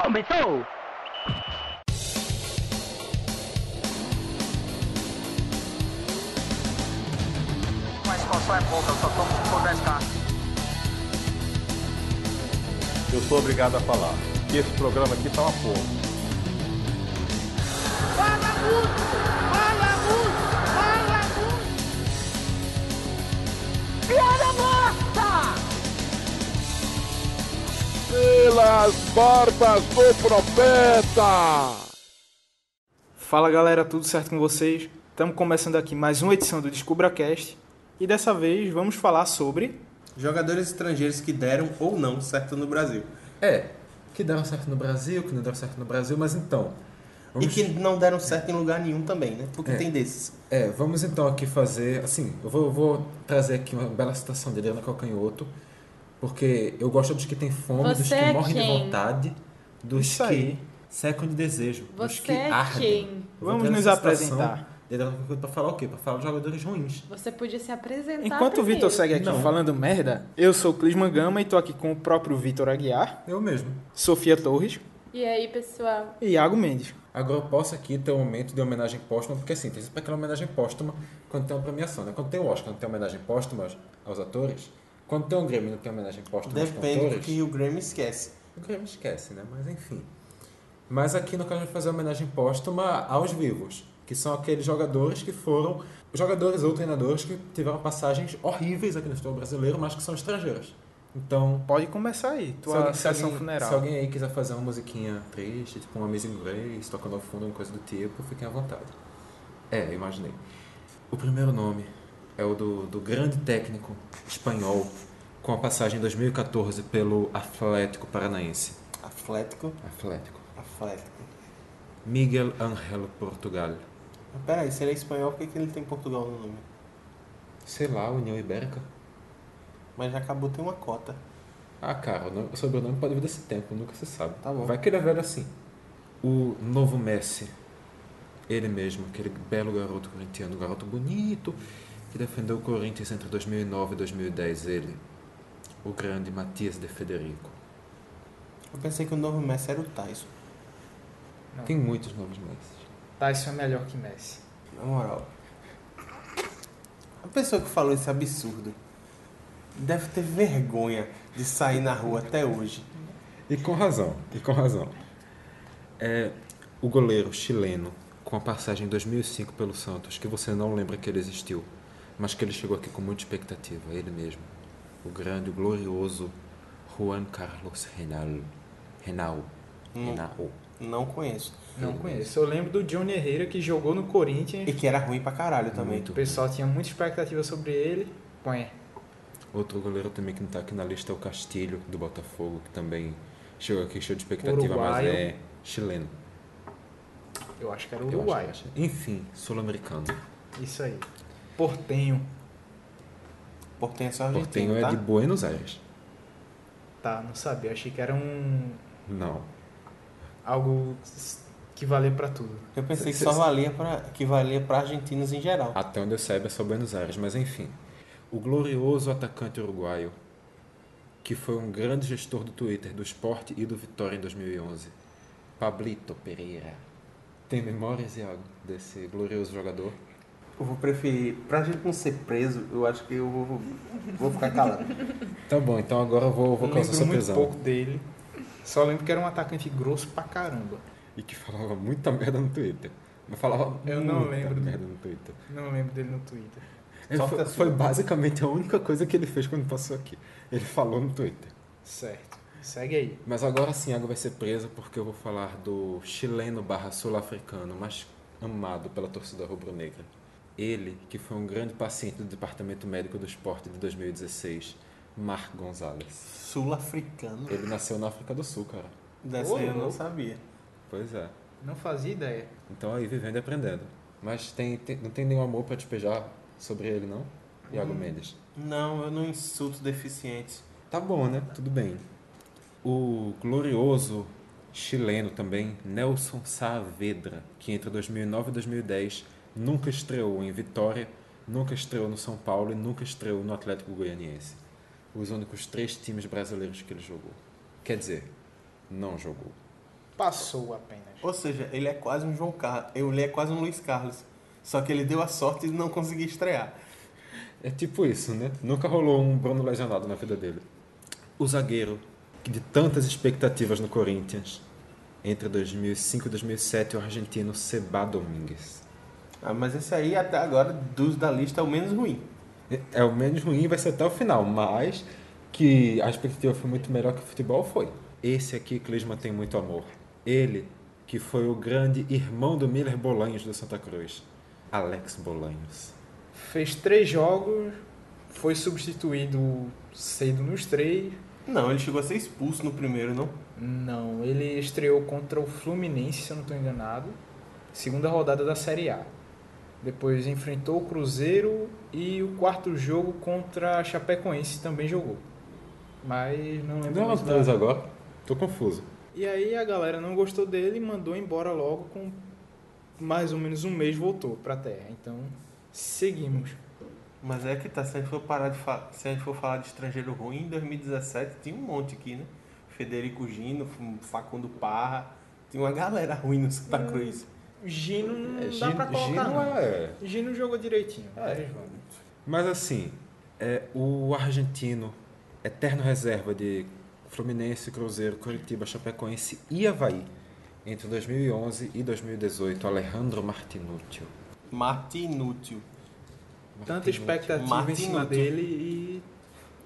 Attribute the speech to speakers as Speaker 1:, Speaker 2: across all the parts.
Speaker 1: Começou!
Speaker 2: Mas qual só é pouca, eu só tomo se for 10k.
Speaker 3: Eu sou obrigado a falar que esse programa aqui tá uma porra.
Speaker 4: Fala muito! Fala muito! Fala muito! Piada morta!
Speaker 5: pelas barbas do profeta.
Speaker 6: Fala galera, tudo certo com vocês? Estamos começando aqui mais uma edição do DescubraCast e dessa vez vamos falar sobre.
Speaker 7: Jogadores estrangeiros que deram ou não certo no Brasil.
Speaker 8: É, que deram certo no Brasil, que não deram certo no Brasil, mas então.
Speaker 7: E que não deram certo em lugar nenhum também, né? Porque
Speaker 8: É.
Speaker 7: tem desses.
Speaker 8: É, vamos então aqui fazer. Assim, eu vou, eu vou trazer aqui uma bela citação de Adriana Calcanhoto, porque eu gosto dos que têm fome, dos
Speaker 9: Você
Speaker 8: que
Speaker 9: é
Speaker 8: morrem
Speaker 9: quem?
Speaker 8: de vontade, dos
Speaker 6: Isso
Speaker 8: que
Speaker 6: aí.
Speaker 8: secam de desejo, dos
Speaker 9: Você
Speaker 8: que
Speaker 9: é
Speaker 8: ardem.
Speaker 9: quem?
Speaker 8: Eu vou
Speaker 6: Vamos
Speaker 8: trazer
Speaker 6: nos
Speaker 8: essa citação
Speaker 6: apresentar.
Speaker 8: De Adriana Calcanhoto pra falar o quê? Pra falar dos jogadores ruins.
Speaker 9: Você podia se apresentar.
Speaker 6: Enquanto o
Speaker 9: primeiro.
Speaker 6: Vitor segue aqui
Speaker 8: Não.
Speaker 6: falando merda, eu sou o Clisman Gama e tô aqui com o próprio Vitor Aguiar,
Speaker 8: Eu mesmo.
Speaker 6: Sofia Torres
Speaker 9: E aí, pessoal?
Speaker 6: e Iago Mendes.
Speaker 8: Agora eu posso aqui ter um momento de homenagem póstuma, porque assim, tem sempre aquela homenagem póstuma quando tem uma premiação, né? Quando tem o Oscar, não tem homenagem póstuma aos atores. Quando tem um Grêmio, não tem homenagem póstuma aos
Speaker 7: Depende do
Speaker 8: cantores.
Speaker 7: que o Grêmio esquece.
Speaker 8: O Grêmio esquece, né? Mas enfim. Mas aqui no caso a gente vai fazer uma homenagem póstuma aos vivos, que são aqueles jogadores que foram jogadores ou treinadores que tiveram passagens horríveis aqui no futebol brasileiro, mas que são estrangeiros. Então,
Speaker 6: Pode começar aí,
Speaker 8: se
Speaker 6: tua
Speaker 8: alguém, se
Speaker 6: sessão
Speaker 8: alguém-
Speaker 6: funeral.
Speaker 8: se alguém aí quiser fazer uma musiquinha triste, tipo uma Amazing Grace, tocando ao fundo, uma coisa do tipo, fiquem à vontade. É, eu imaginei. O primeiro nome é o do, do grande técnico espanhol, com a passagem em 2014 pelo Atlético Paranaense.
Speaker 7: Atlético,
Speaker 8: Atlético.
Speaker 7: Atlético.
Speaker 8: Miguel Ángel Portugal.
Speaker 7: Mas peraí, se ele é espanhol, por que, que ele tem Portugal no nome?
Speaker 8: Sei lá, União Ibérica.
Speaker 7: Mas já acabou, tem uma cota.
Speaker 8: Ah, cara, o nome- o sobrenome pode vir desse tempo, nunca se sabe.
Speaker 7: Tá bom.
Speaker 8: Vai que ele é velho assim. O novo Messi, ele mesmo, aquele belo garoto corintiano, garoto bonito, que defendeu o Corinthians entre 2009 e 2010, ele, o grande Matias de Federico.
Speaker 7: Eu pensei que o novo Messi era o Tyson. Ah.
Speaker 8: Tem muitos novos Messi.
Speaker 6: Tyson é melhor que Messi.
Speaker 7: Na moral. A pessoa que falou esse absurdo deve ter vergonha de sair na rua até hoje.
Speaker 8: E com razão, e com razão. É, o goleiro chileno, com a passagem em 2005 pelo Santos, que você não lembra que ele existiu, mas que ele chegou aqui com muita expectativa, ele mesmo. O grande, o glorioso Juan Carlos Renal. Renal.
Speaker 7: Hum.
Speaker 8: Renal.
Speaker 7: Não conheço.
Speaker 6: Não conheço. Eu lembro do Johnny Herrera que jogou no
Speaker 7: E
Speaker 6: Corinthians.
Speaker 7: que era ruim pra caralho também.
Speaker 6: O pessoal tinha muita expectativa sobre ele. Põe.
Speaker 8: Outro goleiro também que não tá aqui na lista é o Castilho, do Botafogo, que também chegou aqui cheio de expectativa,
Speaker 6: Uruguaio.
Speaker 8: mas é chileno.
Speaker 6: Eu acho que era
Speaker 8: eu acho.
Speaker 6: Uruguai.
Speaker 8: Enfim, sul-americano.
Speaker 6: Isso aí. Portenho.
Speaker 7: Portenho é só argentino,
Speaker 8: Portenho é
Speaker 7: tá?
Speaker 8: de Buenos Aires.
Speaker 6: Tá, não sabia. Achei que era um.
Speaker 8: Não.
Speaker 6: algo que valia pra tudo.
Speaker 7: Eu pensei que
Speaker 8: Cê-
Speaker 7: só
Speaker 8: cê-
Speaker 7: valia pra, que valia para argentinos em geral.
Speaker 8: Até onde eu saiba é só Buenos Aires, mas enfim. O glorioso atacante uruguaio, que foi um grande gestor do Twitter, do esporte e do Vitória em 2011, Pablito Pereira. Tem memórias, Iago, desse glorioso jogador?
Speaker 7: Eu vou preferir, pra gente não ser preso, eu acho que eu vou, vou ficar calado.
Speaker 8: Tá bom, então agora eu vou, vou
Speaker 6: Eu
Speaker 8: causar
Speaker 6: lembro muito
Speaker 8: surpresão.
Speaker 6: pouco dele. Só lembro que era um atacante grosso pra caramba.
Speaker 8: E que falava muita merda no Twitter. Eu falava
Speaker 6: Eu não
Speaker 8: muita
Speaker 6: lembro do-
Speaker 8: merda no Twitter.
Speaker 6: Não lembro dele no Twitter.
Speaker 8: Ele
Speaker 7: Só
Speaker 8: foi,
Speaker 7: fica assim.
Speaker 8: foi basicamente a única coisa que ele fez quando passou aqui. Ele falou no Twitter.
Speaker 6: Certo. Segue aí.
Speaker 8: Mas agora sim, a água vai ser presa porque eu vou falar do chileno barra sul-africano mais amado pela torcida rubro-negra. Ele, que foi um grande paciente do Departamento Médico do Esporte de 2016, Mar Gonzalez.
Speaker 7: Sul-africano.
Speaker 8: Ele nasceu na África do Sul, cara.
Speaker 7: Dessa aí eu
Speaker 6: Ô,
Speaker 7: não
Speaker 6: louco.
Speaker 7: sabia.
Speaker 8: Pois é.
Speaker 6: Não fazia ideia.
Speaker 8: Então aí, vivendo e aprendendo. Mas tem, tem- não tem nenhum amor pra despejar sobre ele, não? Iago Mendes.
Speaker 7: Não, eu não insulto deficientes.
Speaker 8: Tá bom, né? Tudo bem. O glorioso chileno também, Nelson Saavedra, que entre 2009 e 2010 nunca estreou em Vitória, nunca estreou no São Paulo e nunca estreou no Atlético Goianiense. Os únicos três times brasileiros que ele jogou. Quer dizer, não jogou.
Speaker 1: Passou apenas.
Speaker 7: Ou seja, ele é quase um João Carlos. Ele é quase um Luiz Carlos. Só que ele deu a sorte de não conseguir estrear.
Speaker 8: É tipo isso, né? Nunca rolou um Bruno lesionado na vida dele. O zagueiro que de tantas expectativas no Corinthians, entre 2005 e 2007, o argentino Seba Domingues.
Speaker 7: Ah, mas esse aí, até agora, dos da lista, é o menos ruim.
Speaker 8: É o menos ruim e vai ser até o final, mas que a expectativa foi muito melhor que o futebol foi. Esse aqui, Clisma, tem muito amor. Ele, que foi o grande irmão do Miller Bolanhos do Santa Cruz, Alex Bolanhos.
Speaker 6: Fez três jogos, foi substituído cedo nos três.
Speaker 7: Não, ele chegou a ser expulso no primeiro, não?
Speaker 6: Não, ele estreou contra o Fluminense, se eu não estou enganado. Segunda rodada da Série A. Depois enfrentou o Cruzeiro e o quarto jogo contra a Chapecoense também jogou. Mas não lembro
Speaker 8: Não é
Speaker 6: muito
Speaker 8: os
Speaker 6: da-
Speaker 8: dois agora? Tô confuso.
Speaker 6: E aí a galera não gostou dele e mandou embora logo com mais ou menos um mês voltou pra terra. Então, seguimos.
Speaker 7: Mas é que tá, se a gente for parar de fa- se a gente for falar de estrangeiro ruim, em 2017 tinha um monte aqui, né? Federico Gino, F- Facundo Parra, tinha uma galera ruim no Santa
Speaker 8: Hum.
Speaker 7: Cruz.
Speaker 6: Gino não
Speaker 8: É,
Speaker 6: Hum, dá pra
Speaker 8: Gino,
Speaker 6: colocar
Speaker 8: Gino
Speaker 6: não.
Speaker 8: é...
Speaker 6: Gino jogou direitinho. mas vamos.
Speaker 8: Mas assim, é, o argentino, eterno reserva de Fluminense, Cruzeiro, Curitiba, Chapecoense e Havaí, entre 2011 e 2018, Alejandro Martinútil.
Speaker 7: Marte inútil.
Speaker 6: Tanta expectativa em
Speaker 7: Martin
Speaker 6: cima
Speaker 7: Luther.
Speaker 6: dele e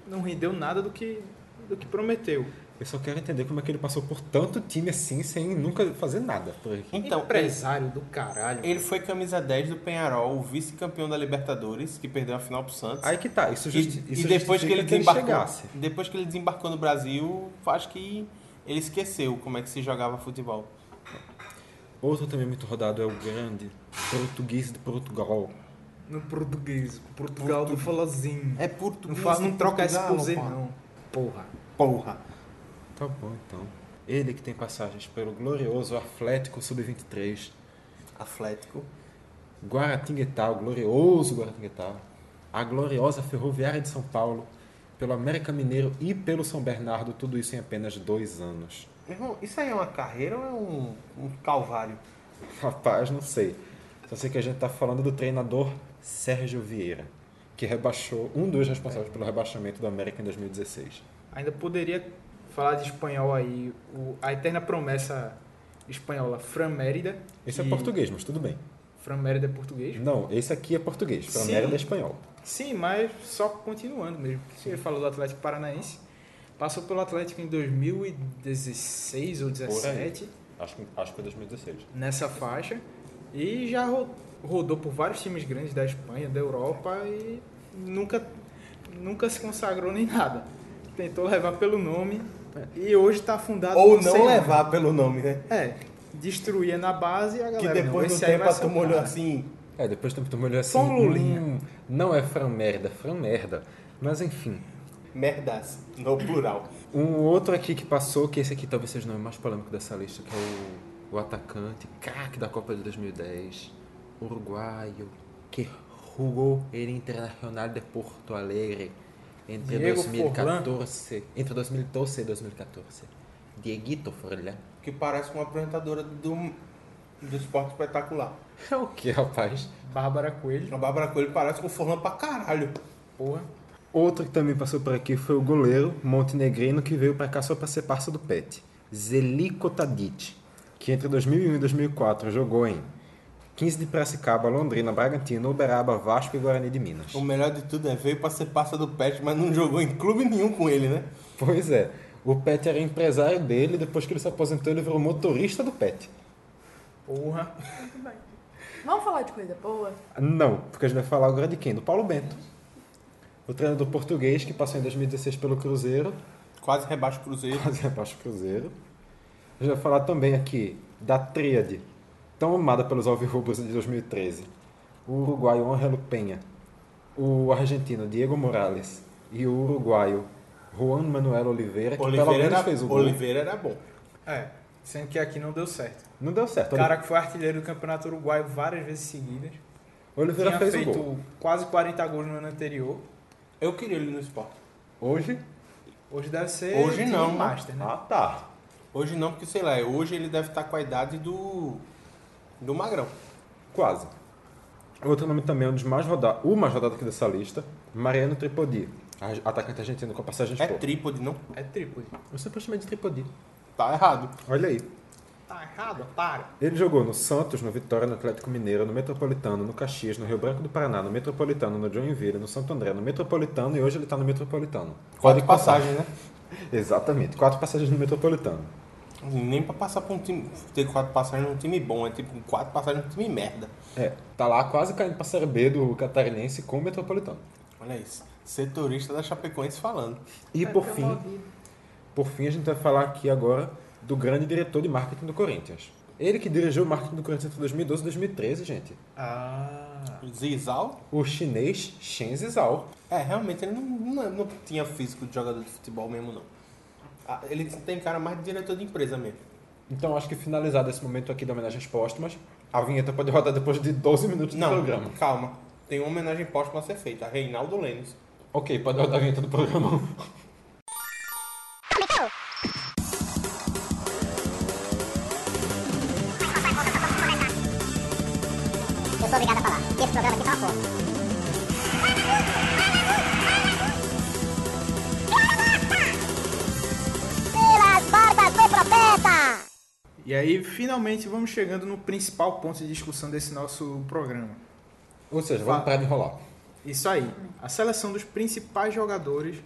Speaker 6: não rendeu nada do que, do que prometeu.
Speaker 8: Eu só quero entender como é que ele passou por tanto time assim, sem nunca fazer nada por aqui.
Speaker 7: Então, ele,
Speaker 6: Empresário do caralho.
Speaker 7: ele foi camisa 10 do Penharol, o vice-campeão da Libertadores, que perdeu a final pro Santos.
Speaker 8: Aí que tá, isso,
Speaker 7: E-
Speaker 8: justi-
Speaker 7: e
Speaker 8: isso
Speaker 7: depois que
Speaker 8: justifica
Speaker 7: ele desembarcou,
Speaker 8: chegasse.
Speaker 7: depois que ele desembarcou no Brasil, acho que ele esqueceu como é que se jogava futebol.
Speaker 8: Outro também muito rodado é o grande português de Portugal,
Speaker 6: No português. Portugal do falazinho.
Speaker 7: É
Speaker 6: Não,
Speaker 7: português.
Speaker 6: fala, não troca esse
Speaker 7: Portugal,
Speaker 6: por Z,
Speaker 7: porra.
Speaker 6: não. Porra.
Speaker 7: Porra.
Speaker 8: Tá bom, então. Ele que tem passagens pelo glorioso Atlético Sub-23,
Speaker 7: Atlético.
Speaker 8: Guaratinguetá, o glorioso Guaratinguetá, a gloriosa Ferroviária de São Paulo, pelo América Mineiro e pelo São Bernardo, tudo isso em apenas dois anos.
Speaker 7: Meu irmão, isso aí é uma carreira ou é um, um calvário?
Speaker 8: Rapaz, não sei. Só sei que a gente tá falando do treinador Sérgio Vieira, que rebaixou, um dos responsáveis pelo rebaixamento do América em 2016.
Speaker 6: Ainda poderia falar de espanhol aí. o- a eterna promessa espanhola, Fran Mérida.
Speaker 8: Esse é
Speaker 6: que-
Speaker 8: português, mas tudo bem.
Speaker 6: Fran Mérida é português?
Speaker 8: Não, esse aqui é português, pelo
Speaker 6: Sim.
Speaker 8: América é espanhol.
Speaker 6: Sim, mas só continuando mesmo. Ele falou do Atlético Paranaense. Passou pelo Atlético em 2016 ou 2017.
Speaker 8: Acho, que- acho que foi 2016.
Speaker 6: nessa faixa e já ro- rodou por vários times grandes da Espanha, da Europa e nunca, nunca se consagrou nem nada. Tentou levar pelo nome e hoje está fundado
Speaker 7: Ou
Speaker 6: com
Speaker 7: não
Speaker 6: sem-
Speaker 7: levar pelo nome, né?
Speaker 6: É, destruía na base e a
Speaker 7: Que
Speaker 6: galera
Speaker 7: depois
Speaker 6: não,
Speaker 7: do
Speaker 6: esse aí
Speaker 7: tempo
Speaker 6: vai
Speaker 7: a
Speaker 6: ser um o
Speaker 7: turma olhou
Speaker 6: cara.
Speaker 7: assim.
Speaker 8: É, depois tu molhou assim.
Speaker 6: Só um lulinha.
Speaker 8: "Hum, não é Fran Merda, Fran Merda. Mas enfim.
Speaker 7: Merdas. No plural.
Speaker 8: Um outro aqui que passou, que esse aqui talvez seja o nome mais polêmico dessa lista, que é o, o atacante, craque da Copa de 2010, uruguaio, que jogou el Internacional de Porto Alegre entre
Speaker 6: Diego
Speaker 8: 2014, entre 2012 e 2014. Dieguito Forlan.
Speaker 7: Que parece uma apresentadora do, do esporte espetacular.
Speaker 8: É o que, rapaz?
Speaker 6: Bárbara Coelho,
Speaker 7: A Bárbara Coelho parece com o Forlan pra caralho.
Speaker 6: porra.
Speaker 8: Outro que também passou por aqui foi o goleiro montenegrino que veio pra cá só pra ser parça do Pet, Zelico Tadic, que entre 2001 e 2004 jogou em 15 de Piracicaba, Londrina, Bragantino, Uberaba, Vasco e Guarani de Minas.
Speaker 7: O melhor de tudo é veio pra ser passa do Pet, mas não jogou em clube nenhum com ele, né?
Speaker 8: Pois é, o Pet era empresário dele, depois que ele se aposentou ele virou motorista do Pet.
Speaker 6: Porra.
Speaker 10: Vamos falar de coisa boa?
Speaker 8: Não, porque a gente vai falar agora de quem? Do Paulo Bento. O treinador português que passou em 2016 pelo Cruzeiro,
Speaker 7: Quase rebaixa o Cruzeiro.
Speaker 8: fazer abaixo o Cruzeiro. A gente vai falar também aqui da tríade tão amada pelos alvirrubos de 2013. O uruguaio Angelo Penha, o argentino Diego Morales e o uruguaio Juan Manuel Oliveira, É que pelo
Speaker 7: Oliveira
Speaker 8: menos
Speaker 7: era,
Speaker 8: fez o gol.
Speaker 7: Oliveira era bom.
Speaker 6: É, sendo que aqui não deu certo.
Speaker 8: Não deu certo.
Speaker 6: O cara que foi artilheiro do Campeonato Uruguaio várias vezes seguidas.
Speaker 8: Oliveira
Speaker 6: tinha
Speaker 8: fez
Speaker 6: feito
Speaker 8: o gol.
Speaker 6: quase 40 gols no ano anterior.
Speaker 7: Eu queria ele no esporte.
Speaker 8: Hoje?
Speaker 6: Hoje deve ser
Speaker 7: Hoje
Speaker 6: time
Speaker 7: não.
Speaker 6: Master, né?
Speaker 8: Ah, tá.
Speaker 7: Hoje não, porque sei lá, hoje ele deve estar com a idade do. do Magrão.
Speaker 8: Quase. Outro nome também, um dos mais rodados, o mais rodado aqui dessa lista, Mariano Tripodi, a- atacante argentino com passagens
Speaker 7: É
Speaker 8: por.
Speaker 7: trípode, não?
Speaker 6: É trípode.
Speaker 8: Eu sempre chamei de Tripodi.
Speaker 7: Tá errado.
Speaker 8: Olha aí.
Speaker 6: Tá errado, otário.
Speaker 8: Ele jogou no Santos, no Vitória, no Atlético Mineiro, no Metropolitano, no Caxias, no Rio Branco do Paraná, no Metropolitano, no Joinville, no Santo André, no Metropolitano e hoje ele tá no Metropolitano.
Speaker 7: Quatro
Speaker 8: Pode passar.
Speaker 7: passagens, né?
Speaker 8: Exatamente, quatro passagens no Metropolitano.
Speaker 7: Nem pra passar pra um time. Ter quatro passagens num time bom, é tipo quatro passagens num time merda.
Speaker 8: É, tá lá quase caindo pra Série B do Catarinense com o Metropolitano.
Speaker 7: Olha isso. Setorista da Chapecoense falando.
Speaker 8: E por fim, por fim, a gente vai falar aqui agora do grande diretor de marketing do Corinthians. Ele que dirigiu o marketing do Corinthians entre 2012 e 2013, gente.
Speaker 6: Ah.
Speaker 7: Zizal?
Speaker 8: O chinês Shen Zizhao.
Speaker 7: É, realmente ele não, não, não tinha físico de jogador de futebol mesmo, não. Ah, Ele tem cara mais de diretor de empresa mesmo.
Speaker 8: Então acho que finalizado esse momento aqui de homenagens póstumas, a vinheta pode rodar depois de 12 minutos do
Speaker 7: Não,
Speaker 8: programa.
Speaker 7: calma. Tem uma homenagem póstuma a ser feita. A Reinaldo Lemos.
Speaker 8: Ok, pode rodar a vinheta do programa.
Speaker 1: Eu sou obrigada a falar. que Esse programa aqui tá uma porra. Pelas barbas do profeta!
Speaker 6: E aí, finalmente, vamos chegando no principal ponto de discussão desse nosso programa.
Speaker 8: Ou seja, vamos
Speaker 6: Fa-
Speaker 8: parar de enrolar.
Speaker 6: Isso aí. A seleção dos principais jogadores.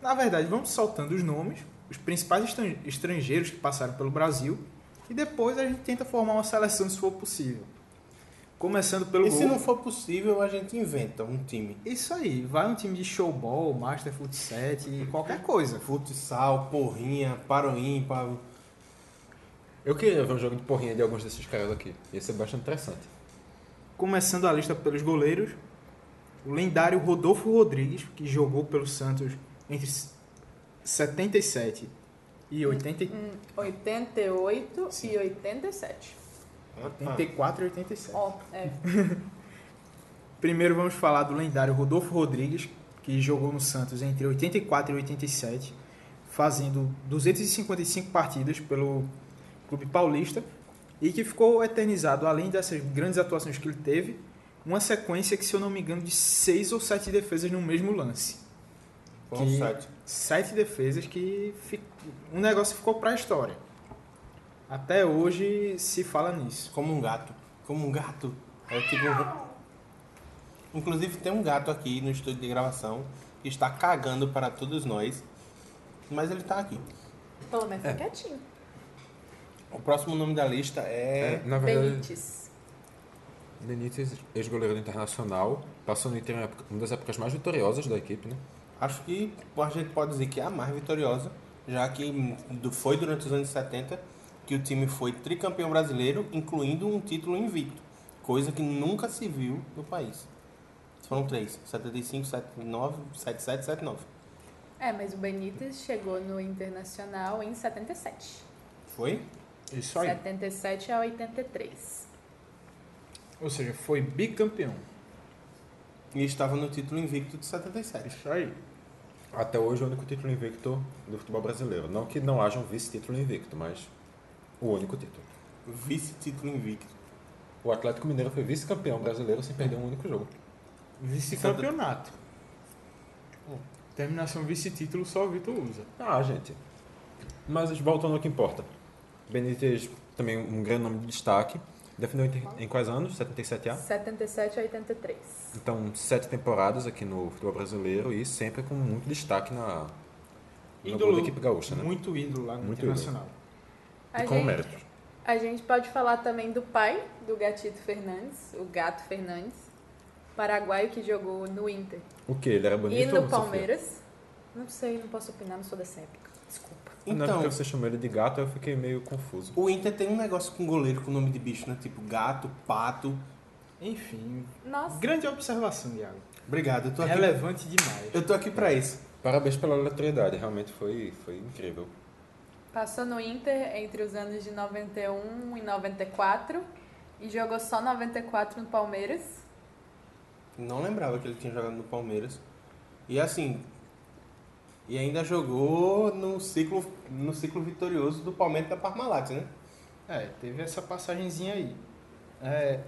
Speaker 6: Na verdade, vamos soltando os nomes, os principais estan- estrangeiros que passaram pelo Brasil. E depois a gente tenta formar uma seleção se for possível. Começando pelo
Speaker 7: E
Speaker 6: gol.
Speaker 7: se não for possível, a gente inventa um time.
Speaker 6: Isso aí, vai um time de showball, Master Foot 7, qualquer coisa.
Speaker 7: Futsal, porrinha, paroim, pa-
Speaker 8: Eu queria ver um jogo de porrinha de alguns desses caras aqui. Ia ser bastante interessante.
Speaker 6: Começando a lista pelos goleiros, o lendário Rodolfo Rodrigues, que jogou pelo Santos entre 77 e 80,
Speaker 10: 88 e 87.
Speaker 6: 84 e 87.
Speaker 10: Ó, é.
Speaker 6: Primeiro vamos falar do lendário Rodolfo Rodrigues, que jogou no Santos entre 84 e 87, fazendo 255 partidas pelo Clube Paulista e que ficou eternizado, além dessas grandes atuações que ele teve, uma sequência que, se eu não me engano, de seis ou sete defesas no mesmo lance.
Speaker 7: Vamos
Speaker 6: Que-
Speaker 7: sete.
Speaker 6: Sete defesas que fi- um negócio ficou para a história. Até hoje se fala nisso.
Speaker 7: Como um gato. Como um gato. É tipo um- Inclusive tem um gato aqui no estúdio de gravação que está cagando para todos nós. Mas ele tá aqui.
Speaker 10: Pelo menos
Speaker 6: É.
Speaker 10: tá quietinho.
Speaker 7: O próximo nome da lista é.
Speaker 8: na
Speaker 10: Benítez.
Speaker 8: Benítez, ex-goleiro do Internacional, passou no Inter uma época- uma das épocas mais vitoriosas da equipe, né?
Speaker 7: Acho que a gente pode dizer que é a mais vitoriosa, já que do- foi durante os anos 70 que o time foi tricampeão brasileiro, incluindo um título invicto, coisa que nunca se viu no país. Foram três: 75, 79, 77, 79.
Speaker 10: É, mas o Benítez chegou no Internacional em 77.
Speaker 7: Foi?
Speaker 6: Isso aí.
Speaker 10: 77 a 83.
Speaker 6: Ou seja, foi bicampeão.
Speaker 7: E estava no título invicto de 77.
Speaker 6: Isso aí.
Speaker 8: Até hoje o único título invicto do futebol brasileiro. Não que não haja um vice-título invicto, mas o único título.
Speaker 7: Vice-título invicto.
Speaker 8: O Atlético Mineiro foi vice-campeão brasileiro sem perder um único jogo.
Speaker 6: Vice-campeonato. Terminação vice-título só o Vitor usa.
Speaker 8: Ah, gente. Mas voltando ao que importa. Benítez, também um grande nome de destaque. Defendeu em- em quais anos?
Speaker 6: Tá.
Speaker 8: 77A?
Speaker 10: 77 a 83.
Speaker 8: Então, sete temporadas aqui no futebol brasileiro e sempre com muito destaque na, na boa da equipe gaúcha, né?
Speaker 6: Muito ídolo lá no
Speaker 8: Muito
Speaker 6: Internacional.
Speaker 10: A
Speaker 8: e com
Speaker 10: gente,
Speaker 8: méritos.
Speaker 10: a gente pode falar também do pai do Gatito Fernandes, o Gato Fernandes, paraguaio que jogou no Inter
Speaker 8: O que? Ele era bonito
Speaker 10: e
Speaker 8: ou
Speaker 10: no
Speaker 8: não, Sofia?
Speaker 10: Palmeiras. Não sei, não posso opinar, não sou dessa época. Desculpa.
Speaker 8: Na época
Speaker 7: Então,
Speaker 8: que você chamou ele de gato, eu fiquei meio confuso.
Speaker 7: o Inter tem um negócio com goleiro com nome de bicho, né? Tipo gato, pato.
Speaker 6: Enfim,
Speaker 10: Nossa,
Speaker 6: grande observação, Iago.
Speaker 7: Obrigado, eu tô aqui.
Speaker 6: Relevante demais.
Speaker 7: Eu tô aqui pra isso.
Speaker 8: Parabéns pela aleatoriedade, realmente foi, foi incrível.
Speaker 10: passou no Inter entre os anos de 91 e 94 e jogou só 94 no Palmeiras.
Speaker 7: Não lembrava que ele tinha jogado no Palmeiras. E assim. E ainda jogou no ciclo, no ciclo vitorioso do Palmeiras da Parmalat, né?
Speaker 6: É, teve essa passagenzinha aí. É,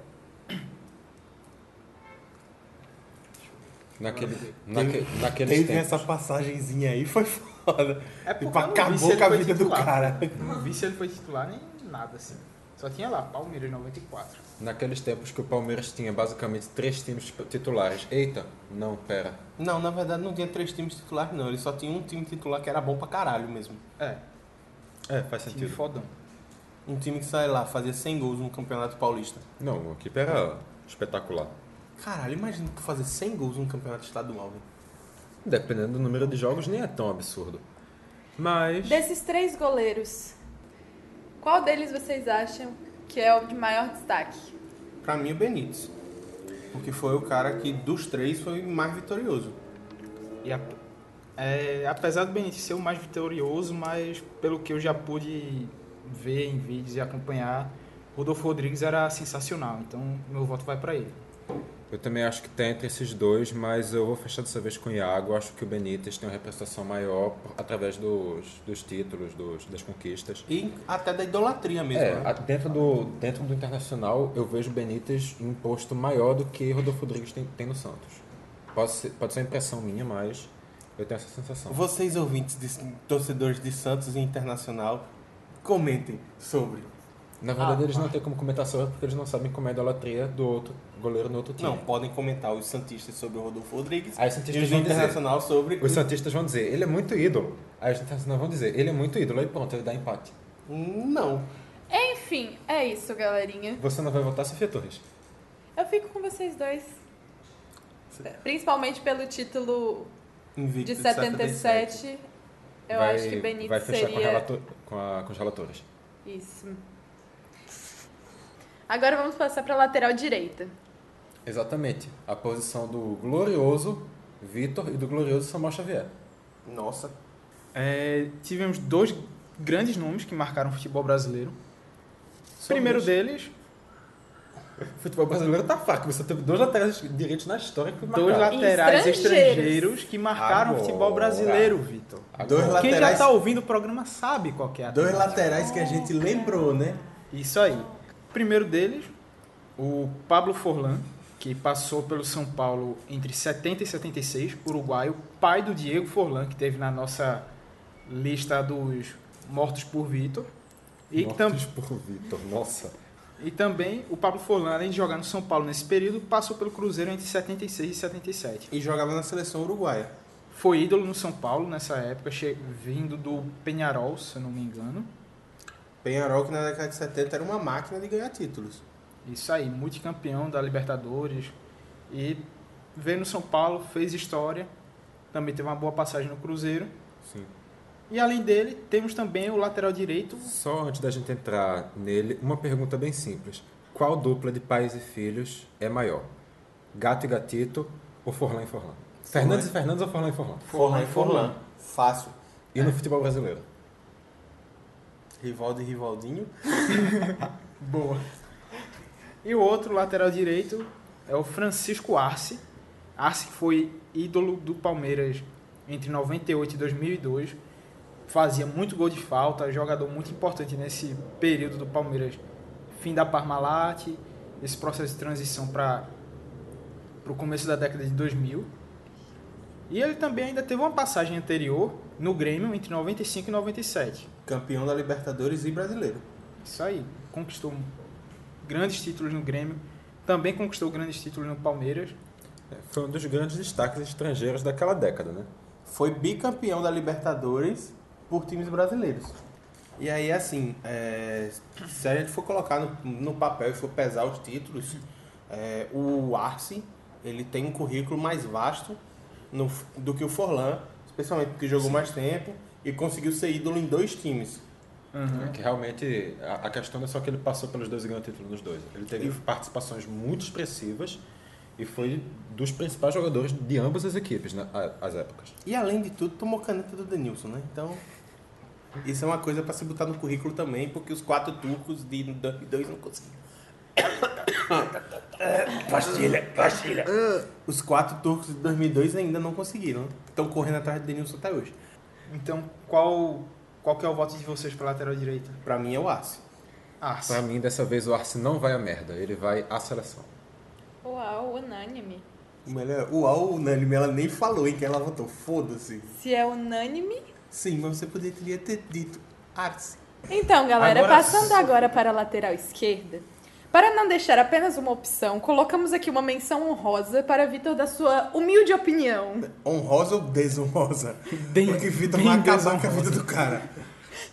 Speaker 8: Naquele, naque, naqueles
Speaker 7: Teve
Speaker 8: tempos.
Speaker 7: essa passagenzinha aí, foi foda.
Speaker 6: É
Speaker 7: tipo,
Speaker 6: porque eu não vi se
Speaker 7: acabou
Speaker 6: ele
Speaker 7: com
Speaker 6: foi
Speaker 7: a vida do
Speaker 6: titular.
Speaker 7: cara.
Speaker 6: não vi se ele foi titular nem nada assim. Só tinha lá, Palmeiras 94.
Speaker 8: Naqueles tempos que o Palmeiras tinha basicamente três times titulares. Eita, não, pera.
Speaker 7: Não, na verdade não tinha três times titulares, não. Ele só tinha um time titular que era bom pra caralho mesmo.
Speaker 6: É,
Speaker 8: É, faz
Speaker 6: time
Speaker 8: sentido.
Speaker 6: fodão.
Speaker 7: Um time que, sai lá, fazia 100 gols no Campeonato Paulista.
Speaker 8: Não, o equipe era espetacular.
Speaker 7: Caralho, imagina tu fazer 100 gols num campeonato estadual, velho.
Speaker 8: Dependendo do número de jogos, nem é tão absurdo. Mas.
Speaker 10: Desses três goleiros, qual deles vocês acham que é o de maior destaque?
Speaker 7: Pra mim, o Benítez. Porque foi o cara que, dos três, foi mais vitorioso.
Speaker 6: E a- é, apesar do Benítez ser o mais vitorioso, mas pelo que eu já pude ver em vídeos e acompanhar, Rodolfo Rodrigues era sensacional. Então meu voto vai pra ele.
Speaker 8: Eu também acho que tem entre esses dois, mas eu vou fechar dessa vez com o Iago. Eu Acho que o Benítez tem uma representação maior por- através dos, dos títulos, dos, das conquistas.
Speaker 7: E até da idolatria mesmo.
Speaker 8: É,
Speaker 7: né?
Speaker 8: a- dentro do, dentro do Internacional, eu vejo o Benítez em um posto maior do que Rodolfo Rodrigues tem, tem no Santos. Pode ser, pode ser impressão minha, mas eu tenho essa sensação.
Speaker 7: Vocês ouvintes, de- torcedores de Santos e Internacional, comentem sobre.
Speaker 8: Na verdade,
Speaker 10: Ah.
Speaker 8: eles não têm como comentar sobre porque eles não sabem como é a idolatria do outro goleiro no outro time.
Speaker 7: Não, podem comentar os Santistas sobre o Rodolfo Rodrigues
Speaker 8: é? Aí os Santistas
Speaker 7: e os
Speaker 8: vão
Speaker 7: Internacional sobre...
Speaker 8: Os Santistas vão dizer, ele é muito ídolo. Aí os Internacionais vão dizer, ele é muito ídolo. Aí pronto, ele dá empate.
Speaker 7: Não.
Speaker 10: Enfim, é isso, galerinha.
Speaker 8: Você não vai votar, Sofia Torres?
Speaker 10: Eu fico com vocês dois. Principalmente pelo título
Speaker 7: Invicto
Speaker 10: de 77. Eu
Speaker 8: vai,
Speaker 10: acho que Benítez
Speaker 8: vai fechar com,
Speaker 10: seria.
Speaker 8: relator, com, a- com os relatores.
Speaker 10: Isso. Agora vamos passar para lateral direita.
Speaker 8: Exatamente. A posição do glorioso Vitor e do glorioso Samuel Xavier.
Speaker 7: Nossa.
Speaker 6: É, tivemos dois grandes nomes que marcaram o futebol brasileiro. O primeiro deles,
Speaker 8: O futebol brasileiro tá fraco. Você teve dois laterais direitos na história que
Speaker 6: dois
Speaker 8: marcaram.
Speaker 6: laterais
Speaker 10: Estrangeiros.
Speaker 6: estrangeiros que marcaram o futebol
Speaker 8: Agora.
Speaker 6: brasileiro, Vitor.
Speaker 7: Dois
Speaker 8: Agora,
Speaker 6: Quem já
Speaker 7: Laterais-
Speaker 6: está ouvindo o programa sabe qual que é a
Speaker 7: Dois
Speaker 6: trama.
Speaker 7: laterais que a gente lembrou, né?
Speaker 6: Isso aí. O primeiro deles, o Pablo Forlan, que passou pelo São Paulo entre 70 e 76, uruguaio, pai do Diego Forlan, que teve na nossa lista dos mortos por Vitor. E, que tam-
Speaker 8: Mortos por Vitor, nossa.
Speaker 6: e também o Pablo Forlan, além de jogar no São Paulo nesse período, passou pelo Cruzeiro entre 76 e 77.
Speaker 7: E jogava na seleção uruguaia.
Speaker 6: Foi ídolo no São Paulo nessa época, che- vindo do Penharol, se eu não me engano.
Speaker 7: Penharol, que na década de 70 era uma máquina de ganhar títulos.
Speaker 6: Isso aí, multicampeão da Libertadores. E veio no São Paulo, fez história. Também teve uma boa passagem no Cruzeiro.
Speaker 8: Sim.
Speaker 6: E além dele, temos também o lateral direito.
Speaker 8: Só antes da gente entrar nele, uma pergunta bem simples. Qual dupla de pais e filhos é maior? Gato e Gatito ou Forlan e Forlan? Fernandes e Fernandes ou Forlan e Forlan?
Speaker 7: Forlan e Forlan. Fácil.
Speaker 8: E no futebol brasileiro?
Speaker 7: Rivaldo e Rivaldinho.
Speaker 6: Boa. E o outro lateral direito é o Francisco Arce. Arce que foi ídolo do Palmeiras entre 98 e 2002. Fazia muito gol de falta, jogador muito importante nesse período do Palmeiras. Fim da Parmalat, esse processo de transição para o começo da década de 2000. E ele também ainda teve uma passagem anterior no Grêmio entre 95 e 97.
Speaker 7: Campeão da Libertadores e brasileiro.
Speaker 6: Isso aí. Conquistou grandes títulos no Grêmio. Também conquistou grandes títulos no Palmeiras.
Speaker 8: É, Foi um dos grandes destaques estrangeiros daquela década, né?
Speaker 7: Foi bicampeão da Libertadores por times brasileiros. E aí, assim, é, se a gente for colocar no, no papel e for pesar os títulos, é, o Arce, ele tem um currículo mais vasto no- do que o Forlan, especialmente porque jogou mais tempo e conseguiu ser ídolo em dois times.
Speaker 8: É Que realmente a, a questão não é só que ele passou pelos dois e ganhou título nos dois. Ele teve participações muito expressivas e foi dos principais jogadores de ambas as equipes, né? a- As épocas.
Speaker 7: E além de tudo, tomou caneta do Denilson, né? Então, isso é uma coisa pra se botar no currículo também, porque os quatro turcos de 2002 não conseguiram. Pastilha, Ah. pastilha. Os quatro turcos de 2002 ainda não conseguiram. Estão correndo atrás do Denilson até hoje.
Speaker 6: Então, qual, qual que é o voto de vocês para lateral direita?
Speaker 7: Pra mim é o Arce.
Speaker 6: Arce.
Speaker 8: Pra mim, dessa vez, o Arce não vai à merda. Ele vai à seleção.
Speaker 10: Uau, unânime.
Speaker 7: Melhor, uau, unânime, né, ela nem falou em que ela votou. Foda-se.
Speaker 10: Se é unânime.
Speaker 7: Sim, mas você poderia ter dito Arce.
Speaker 10: Então, galera,
Speaker 7: Agora-
Speaker 10: passando agora para a lateral esquerda. Para não deixar apenas uma opção, colocamos aqui uma menção honrosa para Vitor da sua humilde opinião.
Speaker 7: Honrosa ou desonrosa?
Speaker 6: Bem-
Speaker 7: Porque Vitor
Speaker 6: bem
Speaker 7: vai acabar com a
Speaker 6: desonrosa.
Speaker 7: vida do cara.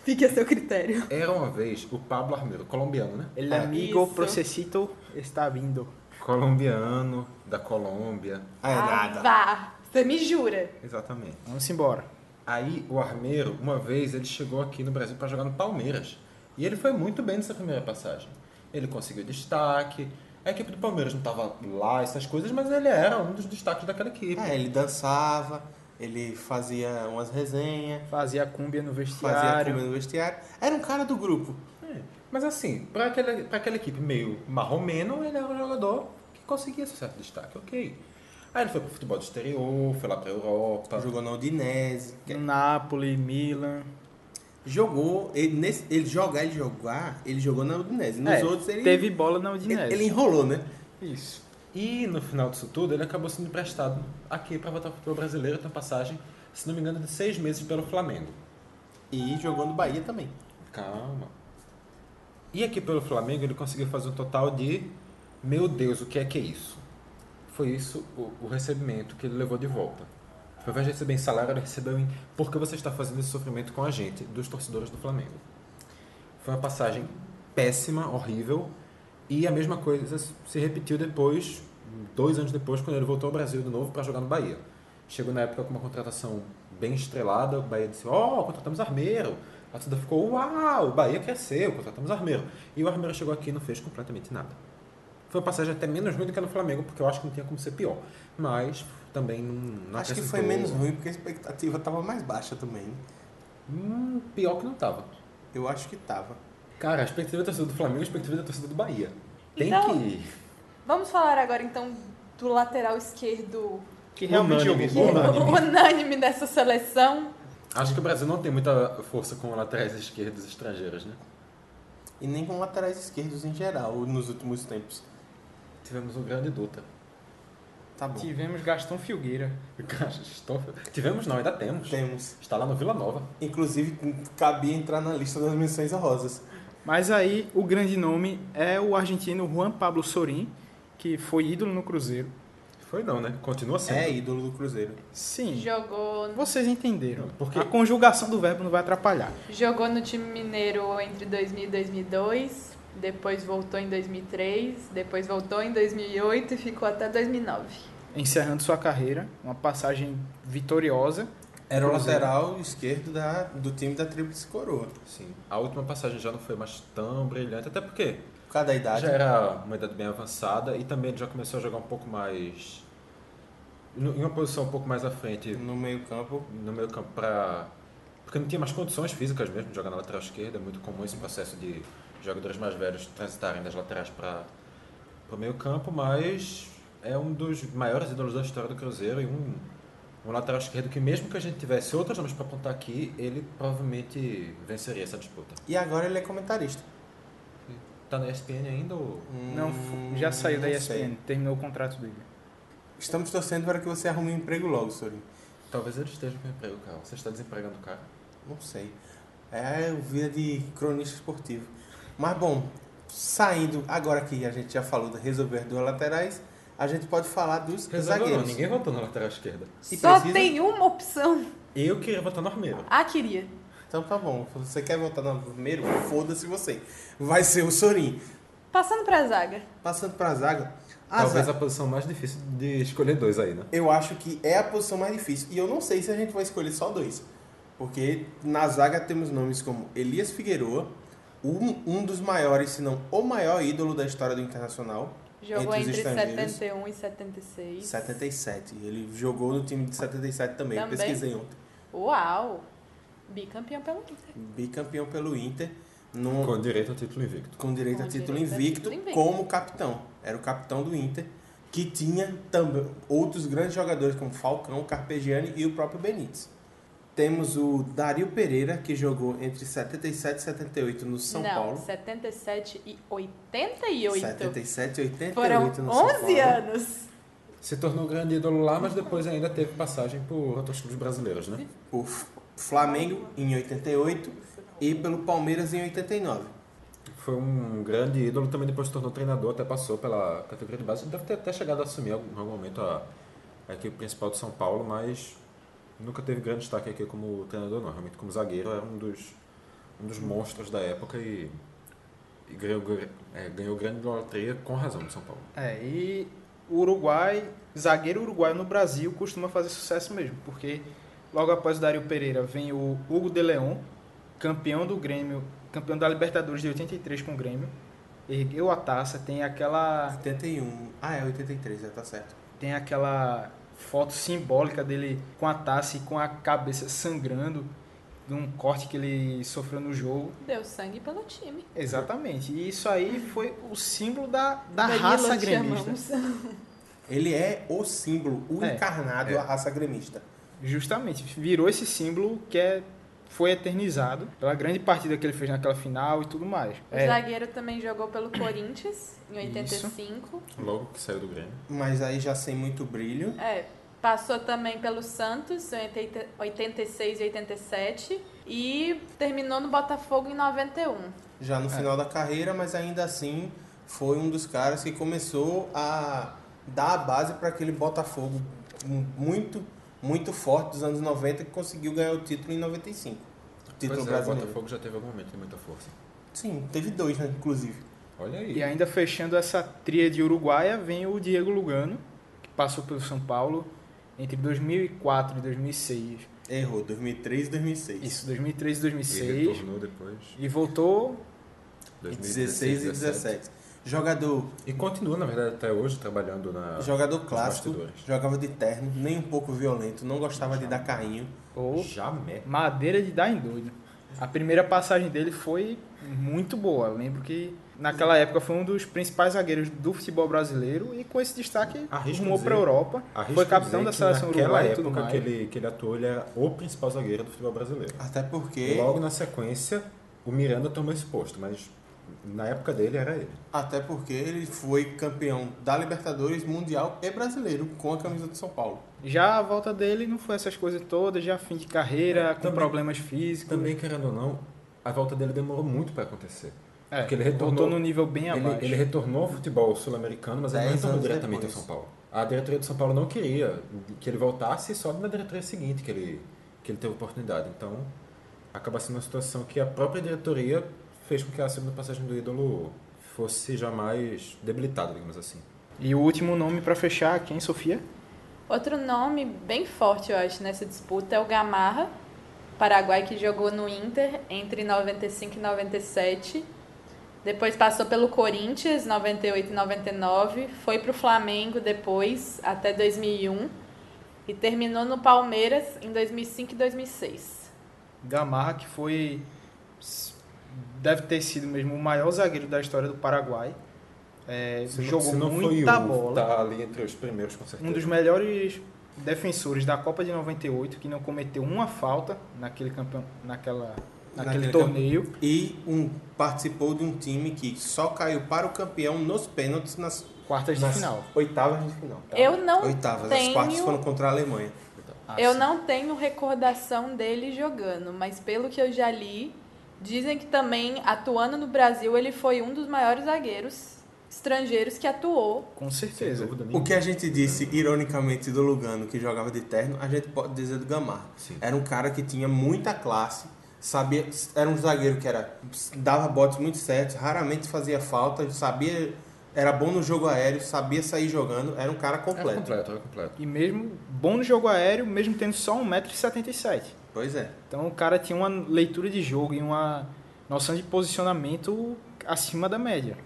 Speaker 10: Fique a seu critério.
Speaker 8: Era uma vez o Pablo Armero, colombiano, né?
Speaker 6: El amigo
Speaker 10: Isso.
Speaker 6: procesito está vindo.
Speaker 8: Colombiano, da Colômbia.
Speaker 7: Ah, é nada.
Speaker 10: Vá, você me jura.
Speaker 8: Exatamente.
Speaker 6: Vamos embora.
Speaker 8: Aí o Armeiro, uma vez, ele chegou aqui no Brasil para jogar no Palmeiras. E ele foi muito bem nessa primeira passagem. Ele conseguiu destaque. A equipe do Palmeiras não estava lá, essas coisas, mas ele era um dos destaques daquela equipe.
Speaker 7: É, ele dançava, ele fazia umas resenhas,
Speaker 6: Fazia cúmbia no
Speaker 7: fazia
Speaker 6: vestiário.
Speaker 7: comida no vestiário. Era um cara do grupo.
Speaker 8: É. Mas assim, para aquela, pra aquela equipe meio marromeno, ele era um jogador que conseguia esse certo destaque, ok. Aí ele foi pro futebol do exterior, foi lá pra Europa.
Speaker 7: Jogou na Udinese. que-
Speaker 6: Napoli, Milan.
Speaker 7: Jogou, ele, nesse- ele jogar, ele jogar, ele jogou na Udinese. Nos
Speaker 6: É,
Speaker 7: outros ele,
Speaker 6: Teve bola na
Speaker 7: ele,
Speaker 6: Udinese.
Speaker 7: ele enrolou, né?
Speaker 6: Isso.
Speaker 8: E no final disso tudo, ele acabou sendo emprestado aqui para voltar pro futebol brasileiro, tem uma passagem, se não me engano, de seis meses pelo Flamengo.
Speaker 7: E jogou no Bahia também.
Speaker 8: Calma. E aqui pelo Flamengo ele conseguiu fazer um total de. Meu Deus, o que é que é isso? Foi isso o, o recebimento que ele levou de volta. Ao invés de receber em salário, ele recebeu em. Por que você está fazendo esse sofrimento com a gente, dos torcedores do Flamengo? Foi uma passagem péssima, horrível. E a mesma coisa se repetiu depois, dois anos depois, quando ele voltou ao Brasil de novo para jogar no Bahia. Chegou na época com uma contratação bem estrelada, o Bahia disse, ó, contratamos Armeiro. A torcida ficou, uau, o Bahia cresceu, contratamos Armeiro. E o Armeiro chegou aqui e não fez completamente nada. Foi uma passagem até menos ruim do que a no Flamengo, porque eu acho que não tinha como ser pior. Mas também não, não
Speaker 7: Acho que
Speaker 8: acrescentou-
Speaker 7: foi menos ruim porque a expectativa tava mais baixa também. né?
Speaker 8: Hum, pior que não tava.
Speaker 7: Eu acho que tava.
Speaker 8: Cara, a expectativa da torcida do Flamengo é a expectativa da torcida do Bahia. Tem
Speaker 10: Então,
Speaker 8: que ir.
Speaker 10: Vamos falar agora então do lateral esquerdo
Speaker 6: Que realmente
Speaker 8: Unânime,
Speaker 6: jogou bola.
Speaker 10: o unânime dessa seleção.
Speaker 8: Acho que o Brasil não tem muita força com laterais esquerdos estrangeiros, né?
Speaker 7: E nem com laterais esquerdos em geral nos últimos tempos.
Speaker 8: Tivemos um grande Duta.
Speaker 7: Tá bom.
Speaker 6: Tivemos Gastão Filgueira.
Speaker 8: Gastófilo. Tivemos não, ainda temos.
Speaker 7: Temos.
Speaker 8: Está lá no Vila Nova.
Speaker 7: Inclusive, cabia entrar na lista das menções honrosas.
Speaker 6: Mas aí o grande nome é o argentino Juan Pablo Sorin, que foi ídolo no Cruzeiro.
Speaker 8: Foi não, né? Continua sendo.
Speaker 7: É ídolo do Cruzeiro.
Speaker 6: Sim.
Speaker 10: Jogou,
Speaker 6: Vocês entenderam.
Speaker 8: Porque-
Speaker 7: Ah.
Speaker 6: A conjugação do verbo não vai atrapalhar.
Speaker 10: jogou no time mineiro entre 2000 e 2002, depois voltou em 2003, depois voltou em 2008 e ficou até 2009.
Speaker 6: Encerrando sua carreira, uma passagem vitoriosa.
Speaker 7: Era o
Speaker 6: Cruzeiro.
Speaker 7: lateral esquerdo da, do time da Tríplice Coroa.
Speaker 8: Sim. A última passagem já não foi mais tão brilhante, até porque
Speaker 7: Por causa da idade.
Speaker 8: já era uma idade bem avançada e também ele já começou a jogar um pouco mais. no- Em uma posição um pouco mais à frente
Speaker 7: No meio-campo.
Speaker 8: no meio campo pra. Porque não tinha mais condições físicas mesmo de jogar na lateral esquerda. É muito comum esse processo de jogadores mais velhos transitarem das laterais para o meio campo, mas é um dos maiores ídolos da história do Cruzeiro e um, um lateral esquerdo que, mesmo que a gente tivesse outros nomes para apontar aqui, ele provavelmente venceria essa disputa.
Speaker 7: E agora ele é comentarista.
Speaker 8: Tá na ESPN ainda ou.
Speaker 6: Não,
Speaker 7: Hum,
Speaker 6: já saiu da
Speaker 7: não
Speaker 6: ESPN,
Speaker 7: sei.
Speaker 6: terminou o contrato dele.
Speaker 7: Estamos torcendo para que você arrume um emprego logo, Sorin.
Speaker 8: Talvez ele esteja com emprego, cara. Você está desempregando o cara.
Speaker 7: Não sei. É vida de cronista esportivo. Mas bom, saindo, agora que a gente já falou de resolver duas laterais, a gente pode falar dos
Speaker 8: Resolveu não,
Speaker 7: zagueiros.
Speaker 8: ninguém votou na lateral esquerda.
Speaker 7: E
Speaker 10: Só
Speaker 7: precisa?
Speaker 10: tem uma opção.
Speaker 8: Eu queria votar no Armeiro.
Speaker 10: Ah, queria.
Speaker 7: Então tá bom. Se você quer voltar no primeiro, foda-se você. Vai ser o Sorin.
Speaker 10: Passando pra zaga.
Speaker 7: Passando pra zaga. A
Speaker 8: Talvez
Speaker 7: zaga,
Speaker 8: a posição mais difícil de escolher dois aí, né?
Speaker 7: eu acho que é a posição mais difícil. E eu não sei se a gente vai escolher só dois. Porque na zaga temos nomes como Elias Figueroa, um, um dos maiores, se não o maior ídolo da história do Internacional.
Speaker 10: Jogou
Speaker 7: entre os
Speaker 10: entre,
Speaker 7: estrangeiros.
Speaker 10: 71 e 76.
Speaker 7: 77. Ele jogou no time de 77 também. Eu
Speaker 10: Também?
Speaker 7: pesquisei ontem.
Speaker 10: Uau! Bicampeão pelo Inter.
Speaker 7: Bicampeão pelo Inter. num-
Speaker 8: Com direito a título invicto.
Speaker 7: com direito a
Speaker 10: Com
Speaker 7: título
Speaker 10: direito a
Speaker 7: invicto,
Speaker 10: título invicto.
Speaker 7: como capitão. Era o capitão do Inter, que tinha também outros grandes jogadores como Falcão, Carpegiani e o próprio Benítez. Temos o Dario Pereira, que jogou entre 77 e 78 no São
Speaker 10: não,
Speaker 7: Paulo.
Speaker 10: 77 e 88.
Speaker 7: 77 e 88
Speaker 10: Foram
Speaker 7: no São
Speaker 10: 11
Speaker 7: Paulo.
Speaker 10: anos.
Speaker 8: Se tornou um grande ídolo lá, mas depois ainda teve passagem por outros clubes brasileiros, né?
Speaker 7: O F- Flamengo em 88 e pelo Palmeiras em 89.
Speaker 8: Foi um grande ídolo, também depois se tornou treinador, até passou pela categoria de base. Deve ter até chegado a assumir em algum algum momento a, a equipe principal de São Paulo, mas nunca teve grande destaque aqui como treinador, não. Realmente, como zagueiro, era um dos, um dos monstros da época e, e ganhou, é, ganhou grande idolatria com razão do São Paulo.
Speaker 6: É, e o Uruguai, zagueiro uruguaio no Brasil costuma fazer sucesso mesmo, porque logo após o Dario Pereira vem o Hugo de Leon, campeão do Grêmio, campeão da Libertadores de 83 com o Grêmio. Ergueu a taça, tem aquela
Speaker 7: 81. Ah, é 83, já tá certo.
Speaker 6: tem aquela foto simbólica dele com a taça e com a cabeça sangrando de um corte que ele sofreu no jogo.
Speaker 10: Deu sangue pelo time.
Speaker 6: Exatamente. E isso aí foi o símbolo da, da
Speaker 10: Danilo,
Speaker 6: raça
Speaker 10: te
Speaker 6: gremista.
Speaker 10: amamos.
Speaker 7: Ele é o símbolo, o
Speaker 6: É,
Speaker 7: encarnado da raça gremista.
Speaker 6: Justamente, virou esse símbolo que é, foi eternizado pela grande partida que ele fez naquela final e tudo mais.
Speaker 10: O
Speaker 6: É,
Speaker 10: zagueiro também jogou pelo Corinthians em 85.
Speaker 8: Logo que saiu do Grêmio.
Speaker 7: Mas aí já sem muito brilho.
Speaker 10: É, passou também pelo Santos em 80 86 e 87 e terminou no Botafogo em 91.
Speaker 7: já
Speaker 8: É.
Speaker 7: no final da carreira, mas ainda assim foi um dos caras que começou a dar a base para aquele Botafogo mu- muito, muito forte dos anos 90 que conseguiu ganhar o título em 95. O título
Speaker 8: Pois é, o
Speaker 7: brasileiro.
Speaker 8: Botafogo já teve algum momento de muita força.
Speaker 7: Sim, teve dois, né, inclusive.
Speaker 8: Olha aí.
Speaker 6: E ainda fechando essa tríade uruguaia, vem o Diego Lugano, que passou pelo São Paulo entre 2004 e 2006.
Speaker 7: Errou, 2003 e 2006.
Speaker 6: Isso, 2003 e
Speaker 8: E
Speaker 6: 2006.
Speaker 8: retornou depois.
Speaker 6: E voltou
Speaker 7: E
Speaker 8: 2016
Speaker 7: 16 e 17. Jogador,
Speaker 8: E continua, na verdade, até hoje trabalhando na.
Speaker 7: jogador
Speaker 8: Ah, nos
Speaker 7: clássico,
Speaker 8: bastidores.
Speaker 7: jogava de terno, nem um pouco violento, não gostava de dar carrinho.
Speaker 6: ou
Speaker 8: Jamais.
Speaker 6: Madeira de dar em doido. A primeira passagem dele foi muito boa. Eu lembro que naquela época foi um dos principais zagueiros do futebol brasileiro e com esse destaque
Speaker 8: Arrisco
Speaker 6: rumou
Speaker 8: dizer-
Speaker 6: para a Europa.
Speaker 8: Arrisco
Speaker 6: Foi capitão
Speaker 8: dizer
Speaker 6: da
Speaker 8: que
Speaker 6: seleção
Speaker 8: naquela
Speaker 6: uruguaia e tudo
Speaker 8: época
Speaker 6: mais.
Speaker 8: que ele, que ele atuou, ele era o principal zagueiro do futebol brasileiro.
Speaker 7: Até porque.
Speaker 8: Logo na sequência, o Miranda tomou esse posto, mas na época dele era ele.
Speaker 7: Até porque ele foi campeão da Libertadores, Mundial e Brasileiro com a camisa do São Paulo.
Speaker 6: Já a volta dele não foi essas coisas todas, já fim de carreira, com
Speaker 8: Também-
Speaker 6: problemas físicos.
Speaker 8: Também, querendo ou não, a volta dele demorou muito para acontecer.
Speaker 6: É,
Speaker 8: porque ele retornou-
Speaker 6: voltou num nível bem
Speaker 8: Ele,
Speaker 6: abaixo.
Speaker 8: ele retornou ao futebol sul-americano, mas ele não
Speaker 7: Dez
Speaker 8: retornou
Speaker 7: anos
Speaker 8: diretamente
Speaker 7: depois.
Speaker 8: ao São Paulo. A diretoria do São Paulo não queria que ele voltasse e só na diretoria seguinte que ele, que ele teve oportunidade. Então, acaba sendo uma situação que a própria diretoria fez com que a segunda passagem do ídolo fosse jamais debilitada, digamos assim.
Speaker 6: E o último nome para fechar, quem, Sofia?
Speaker 10: Outro nome bem forte, eu acho, nessa disputa é o Gamarra, Paraguai que jogou no Inter entre 95 e 97. Depois passou pelo Corinthians, 98 e 99. Foi pro Flamengo depois, até 2001. E terminou no Palmeiras em 2005 e 2006.
Speaker 6: Gamarra, que foi. Deve ter sido mesmo o maior zagueiro da história do Paraguai. É,
Speaker 8: Se não-
Speaker 6: jogou
Speaker 8: se não foi
Speaker 6: muita
Speaker 8: o,
Speaker 6: bola.
Speaker 8: Tá ali entre os primeiros, com certeza.
Speaker 6: Um dos melhores defensores da Copa de 98, que não cometeu uma falta naquele, campeão, naquela, naquele,
Speaker 7: Naquele
Speaker 6: torneio.
Speaker 7: E um, participou de um time que só caiu para o campeão nos pênaltis nas,
Speaker 6: Quartas de
Speaker 7: nas
Speaker 6: final.
Speaker 7: oitavas de final.
Speaker 10: Eu não
Speaker 7: Oitavas, as
Speaker 10: tenho...
Speaker 7: Tá. quartas foram contra a Alemanha.
Speaker 6: Ah,
Speaker 10: Eu
Speaker 6: sim.
Speaker 10: não tenho recordação dele jogando, mas pelo que eu já li, dizem que também atuando no Brasil ele foi um dos maiores zagueiros estrangeiros que atuou.
Speaker 6: Com certeza.
Speaker 7: O que a gente disse, ironicamente, do Lugano, que jogava de terno, a gente pode dizer do Gamarra.
Speaker 8: Sim.
Speaker 7: Era um cara que tinha muita classe, sabia, era um zagueiro que era dava botes muito certos, raramente fazia falta, sabia, era bom no jogo aéreo, sabia sair jogando, era um cara
Speaker 8: Era
Speaker 7: completo.
Speaker 8: É completo, era completo.
Speaker 6: E mesmo bom no jogo aéreo, mesmo tendo só 1,77m.
Speaker 7: Pois é.
Speaker 6: Então o cara tinha uma leitura de jogo e uma noção de posicionamento acima da média.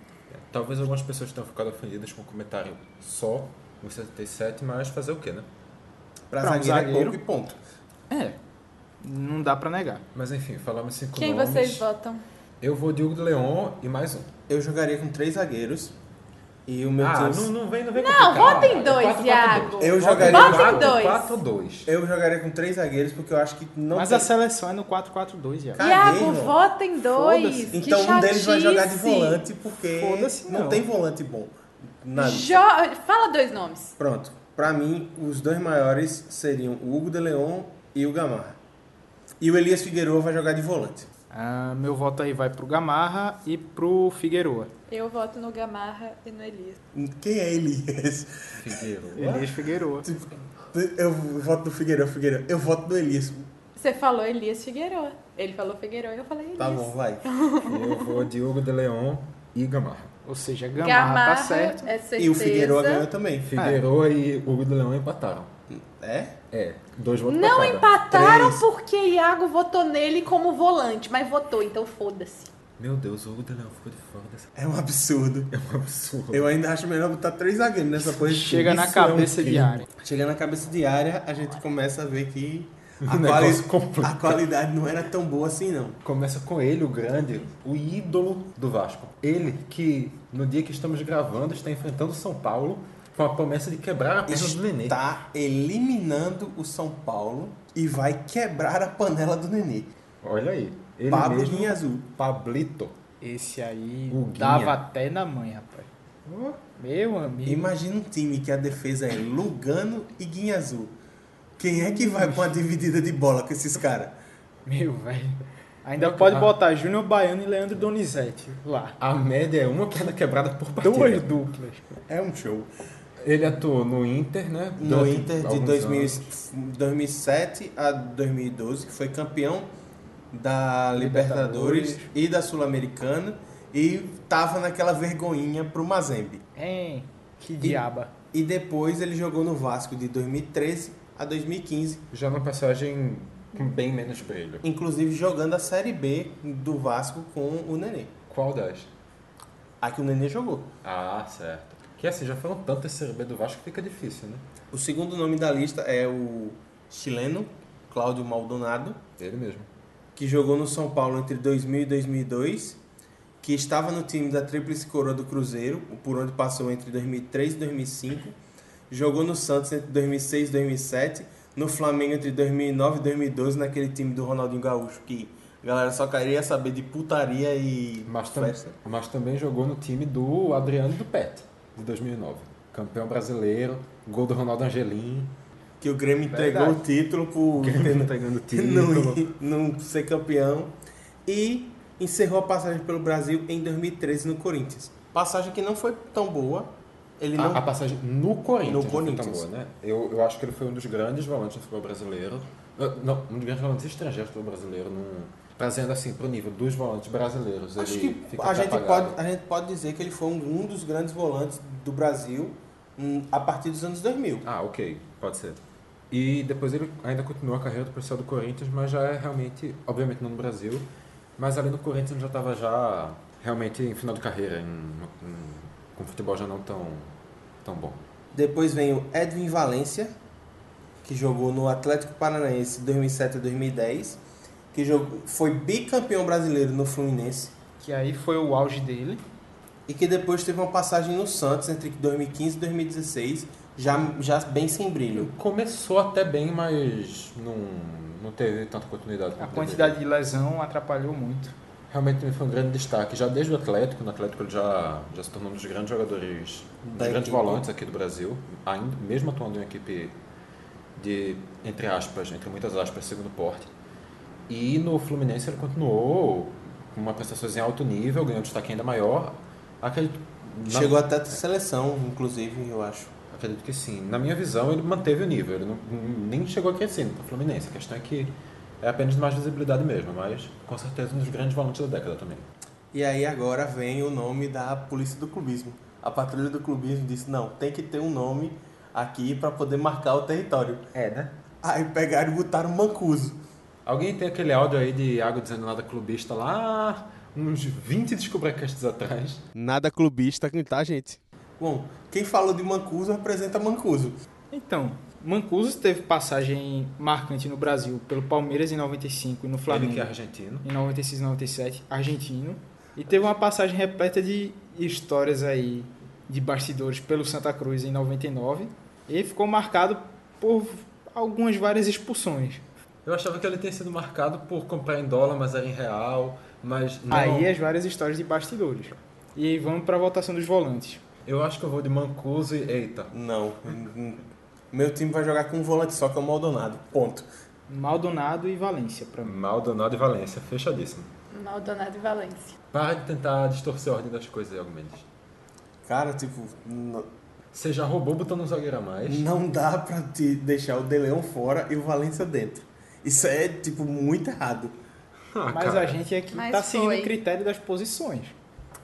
Speaker 8: Talvez algumas pessoas tenham ficado ofendidas com o comentário só um no 77, mas fazer o quê, né?
Speaker 7: Pra,
Speaker 6: Pra um
Speaker 7: zagueiro, é
Speaker 6: zagueiro.
Speaker 7: pouco e ponto.
Speaker 6: É, não dá pra negar.
Speaker 8: Mas enfim, falamos cinco
Speaker 10: Quem
Speaker 8: nomes.
Speaker 10: vocês votam?
Speaker 8: Eu vou Diogo de Leon e mais um.
Speaker 7: Eu jogaria com três zagueiros. E o meu
Speaker 8: Ah,
Speaker 7: time.
Speaker 8: não, não vem, não vem
Speaker 10: Não,
Speaker 8: complicar.
Speaker 10: vota em dois,
Speaker 8: Quatro, quatro,
Speaker 10: Iago.
Speaker 8: dois.
Speaker 7: Eu
Speaker 8: Vota
Speaker 7: jogaria
Speaker 10: Bota em
Speaker 8: quatro,
Speaker 10: dois.
Speaker 8: quatro, dois.
Speaker 7: Eu jogaria com três zagueiros porque eu acho que não
Speaker 6: Mas
Speaker 7: tem-
Speaker 6: a seleção é no 4-4-2, Iago.
Speaker 7: Caguei,
Speaker 10: Iago,
Speaker 7: irmão.
Speaker 10: vota em dois.
Speaker 6: Foda-se.
Speaker 10: Que
Speaker 7: Então um deles vai jogar de
Speaker 10: chatice.
Speaker 7: volante né? porque
Speaker 6: Foda-se,
Speaker 7: não.
Speaker 6: não.
Speaker 7: tem volante bom. Nada.
Speaker 10: Jo- Fala dois nomes.
Speaker 7: Pronto. Pra mim, os dois maiores seriam o Hugo de Leon e o Gamarra. E o Elias Figueiredo vai jogar de volante.
Speaker 6: Ah, meu voto aí vai pro Gamarra e pro Figueroa.
Speaker 10: Eu voto no Gamarra e no Elias.
Speaker 7: Quem é Elias? Tipo,
Speaker 6: Elias Figueroa.
Speaker 7: Eu voto no Figueiredo, Figueiredo. Eu voto no Elias.
Speaker 10: Você falou Elias Figueiredo. Ele falou Figueiredo e eu falei Elias.
Speaker 7: Tá bom, vai.
Speaker 8: Eu vou Diogo de Leon e Gamarra.
Speaker 6: Ou seja, Gamarra, tá certo.
Speaker 10: é certeza.
Speaker 7: E o Figueiredo ganhou também.
Speaker 8: É. Figueroa e Hugo de Leão empataram.
Speaker 7: É?
Speaker 8: É, dois votos
Speaker 10: Não
Speaker 8: pra cada.
Speaker 10: empataram
Speaker 7: Três.
Speaker 10: porque Iago votou nele como volante, mas votou, então foda-se.
Speaker 8: Meu Deus, o Hugo de Leão ficou de fora dessa...
Speaker 7: É um absurdo.
Speaker 8: É um absurdo.
Speaker 7: Eu ainda acho melhor botar três zagueiros nessa posição.
Speaker 6: Chega na
Speaker 7: Isso é um
Speaker 6: cabeça de
Speaker 7: crime.
Speaker 6: área.
Speaker 7: Chega na cabeça de área, a gente começa a ver que a,
Speaker 8: O
Speaker 7: quali-
Speaker 8: negócio complica.
Speaker 7: a qualidade não era tão boa assim, não.
Speaker 8: Começa com ele, o grande, o ídolo do Vasco. Ele que, no dia que estamos gravando, está enfrentando o São Paulo com a promessa de quebrar a perna do Nenê.
Speaker 7: Está tá eliminando o São Paulo e vai quebrar a panela do Nenê.
Speaker 8: Olha aí. Ele
Speaker 7: Pablo
Speaker 8: mesmo,
Speaker 7: Guinha Azul.
Speaker 8: Pablito.
Speaker 6: Esse aí
Speaker 8: O Guinha.
Speaker 6: dava até na mãe, rapaz. Ô, Meu amigo.
Speaker 7: Imagina um time que a defesa é Lugano e Guinha Azul. Quem é que vai com a dividida de bola com esses caras?
Speaker 6: Meu velho. Ainda pode botar Júnior Baiano e Leandro Donizete lá.
Speaker 8: A média é uma perna quebrada por partida.
Speaker 6: Duas duplas.
Speaker 7: É um show.
Speaker 8: Ele atuou no Inter, né?
Speaker 7: No
Speaker 8: durante
Speaker 7: Inter de
Speaker 8: alguns
Speaker 7: 2000
Speaker 8: anos.
Speaker 7: 2007 a 2012, que foi campeão da Libertadores,
Speaker 6: Libertadores.
Speaker 7: e da Sul-Americana e tava naquela vergonhinha pro Mazembe.
Speaker 6: Hein? Que diaba.
Speaker 7: E depois ele jogou no Vasco de 2013 a 2015,
Speaker 8: Já numa passagem com bem menos brilho.
Speaker 7: inclusive jogando a Série B do Vasco com o Nenê.
Speaker 8: Qual das?
Speaker 7: A que o Nenê jogou.
Speaker 8: Ah, certo. Que assim, já foram tantas Série B do Vasco que fica difícil, né?
Speaker 7: O segundo nome da lista é o chileno Cláudio Maldonado.
Speaker 8: Ele mesmo.
Speaker 7: que jogou no São Paulo entre 2000 e 2002, que estava no time da Tríplice Coroa do Cruzeiro, por onde passou entre 2003 e 2005, jogou no Santos entre 2006 e 2007, no Flamengo entre 2009 e 2012, naquele time do Ronaldinho Gaúcho, que a galera só queria saber de putaria e
Speaker 8: Mas, tam-
Speaker 7: festa.
Speaker 8: mas também jogou no time do Adriano e do Pet, de 2009. Campeão brasileiro, gol do Ronaldo Angelim.
Speaker 7: Que o Grêmio entregou o título por ter-
Speaker 8: entregando o
Speaker 7: não,
Speaker 8: título.
Speaker 7: ir- não ser campeão e encerrou a passagem pelo Brasil em 2013 no Corinthians. Passagem que não foi tão boa. Ele não
Speaker 8: A, a passagem no Corinthians.
Speaker 7: No
Speaker 8: não foi tão
Speaker 7: Corinthians.
Speaker 8: boa, né? eu, eu acho que ele foi um dos grandes volantes do futebol brasileiro. Não, Não, um dos grandes volantes estrangeiros do futebol brasileiro. Num, trazendo assim pro nível dos volantes brasileiros.
Speaker 7: Acho
Speaker 8: ele
Speaker 7: que
Speaker 8: fica
Speaker 7: a
Speaker 8: até
Speaker 7: gente,
Speaker 8: apagado.
Speaker 7: pode, a gente pode dizer que ele foi um, um dos grandes volantes do Brasil hum, a partir dos anos 2000.
Speaker 8: Ah, ok, pode ser. E depois ele ainda continuou a carreira do profissional do Corinthians, mas já é realmente, obviamente não no Brasil, mas ali no Corinthians ele já estava já realmente em final de carreira, em, em- com futebol já não tão, tão bom.
Speaker 7: Depois vem o Edwin Valência, que jogou no Atlético Paranaense 2007 a 2010, que jogou, foi bicampeão brasileiro no Fluminense
Speaker 6: Que aí foi o auge dele.
Speaker 7: e que depois teve uma passagem no Santos entre 2015 e 2016, já, já bem sem brilho.
Speaker 8: Começou até bem, mas não, não teve tanta continuidade.
Speaker 6: A
Speaker 8: quanto
Speaker 6: quantidade de lesão atrapalhou muito.
Speaker 8: deveria. Realmente foi um grande destaque, já desde o Atlético, no Atlético ele já, já se tornou um dos grandes jogadores, um
Speaker 7: Da
Speaker 8: dos grandes
Speaker 7: equipe.
Speaker 8: volantes aqui do Brasil, ainda, mesmo atuando em uma equipe de, entre aspas, entre muitas aspas, segundo porte. E no Fluminense ele continuou com uma prestação em alto nível, ganhou um destaque ainda maior. Acredito, na-
Speaker 7: Chegou até a seleção, inclusive, eu acho.
Speaker 8: acredito que sim. Na minha visão, ele manteve o nível, ele não, nem chegou a crescer no Fluminense. A questão é que é apenas mais visibilidade mesmo, mas com certeza um dos grandes volantes da década também.
Speaker 7: E aí agora vem o nome da polícia do clubismo. A patrulha do clubismo disse, não, tem que ter um nome aqui pra poder marcar o território.
Speaker 8: É, né?
Speaker 7: Aí pegaram e botaram Mancuso.
Speaker 8: Alguém tem aquele áudio aí de Água dizendo nada clubista lá, uns 20 descobrecasts atrás.
Speaker 7: Nada clubista, tá, gente? Bom, quem falou de Mancuso representa Mancuso.
Speaker 6: Então, Mancuso teve passagem marcante no Brasil pelo Palmeiras em 95 e no Flamengo
Speaker 8: Flamengo que é argentino.
Speaker 6: em 96 97, argentino. E teve uma passagem repleta de histórias aí de bastidores pelo Santa Cruz em 99 e ficou marcado por algumas várias expulsões.
Speaker 8: Eu achava que ele tinha sido marcado por comprar em dólar, mas era em real. Mas não.
Speaker 6: Aí é- as várias histórias de bastidores. E aí vamos para a votação dos volantes.
Speaker 8: Eu acho que eu vou de Mancuso e. Eita.
Speaker 7: Não. Meu time vai jogar com um volante só, que é o Maldonado. Ponto.
Speaker 6: Maldonado e Valência para mim.
Speaker 8: Maldonado e Valência, fechadíssimo.
Speaker 10: Maldonado e Valência.
Speaker 8: Para de tentar distorcer a ordem das coisas aí, Algomendes.
Speaker 7: Cara, tipo, n-
Speaker 8: Você já roubou botando um zagueiro a mais.
Speaker 7: não dá pra te deixar o De Leon fora e o Valência dentro. Isso é, tipo, muito errado.
Speaker 8: Ah,
Speaker 6: Mas
Speaker 8: cara.
Speaker 6: a gente é que
Speaker 10: Mas
Speaker 6: tá seguindo
Speaker 10: foi.
Speaker 6: o critério das posições.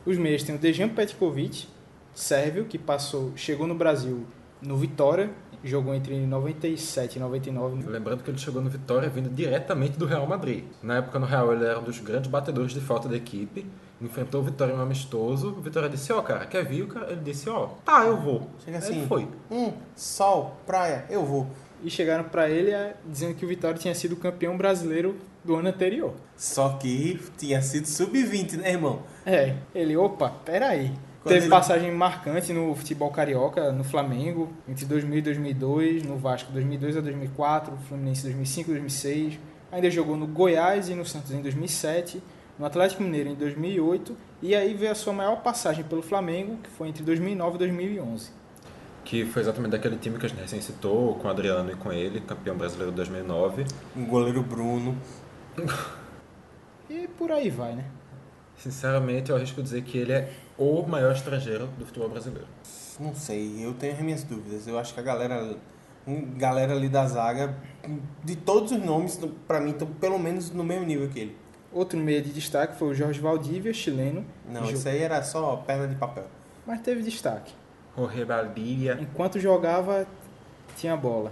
Speaker 6: Os meias tem o Dejan Petkovic, sérvio, que passou, chegou no Brasil no Vitória, jogou entre 97 e né? 99.
Speaker 8: Lembrando que ele chegou no Vitória vindo diretamente do Real Madrid. Na época no Real ele era um dos grandes batedores de falta da equipe. Enfrentou o Vitória em um amistoso. O Vitória disse, ó, cara, quer vir? O cara- Ele disse, ó, tá, eu vou.
Speaker 7: Chega
Speaker 8: Aí
Speaker 7: assim.
Speaker 8: ele foi.
Speaker 7: Hum, sol, praia, eu vou.
Speaker 6: E chegaram pra ele eh, dizendo que o Vitória tinha sido campeão brasileiro do ano anterior.
Speaker 7: Só que tinha sido sub-20, né, irmão?
Speaker 6: É, ele, opa, peraí.
Speaker 7: Quando
Speaker 6: Teve
Speaker 7: ele-
Speaker 6: passagem marcante no futebol carioca, no Flamengo, entre 2000 e 2002, no Vasco 2002 a 2004, Fluminense 2005 e 2006. Ainda jogou no Goiás e no Santos em 2007, no Atlético Mineiro em 2008, e aí veio a sua maior passagem pelo Flamengo, que foi entre 2009 e 2011.
Speaker 8: Que foi exatamente daquele time que a gente recém citou, com o Adriano e com ele, campeão brasileiro de 2009.
Speaker 7: O Um goleiro Bruno.
Speaker 6: E por aí vai, né?
Speaker 8: Sinceramente, eu arrisco dizer que ele é o maior estrangeiro do futebol brasileiro.
Speaker 7: Não sei, eu tenho as minhas dúvidas. Eu acho que a galera, hum, galera ali da zaga, hum, de todos os nomes, no- pra mim, estão pelo menos no mesmo nível que ele.
Speaker 6: Outro meio de destaque foi o Jorge Valdívia, chileno,
Speaker 7: Não,
Speaker 6: Ju-
Speaker 7: isso aí era só perna de papel.
Speaker 6: mas teve destaque.
Speaker 8: Jorge Valdívia,
Speaker 6: Enquanto jogava, tinha bola.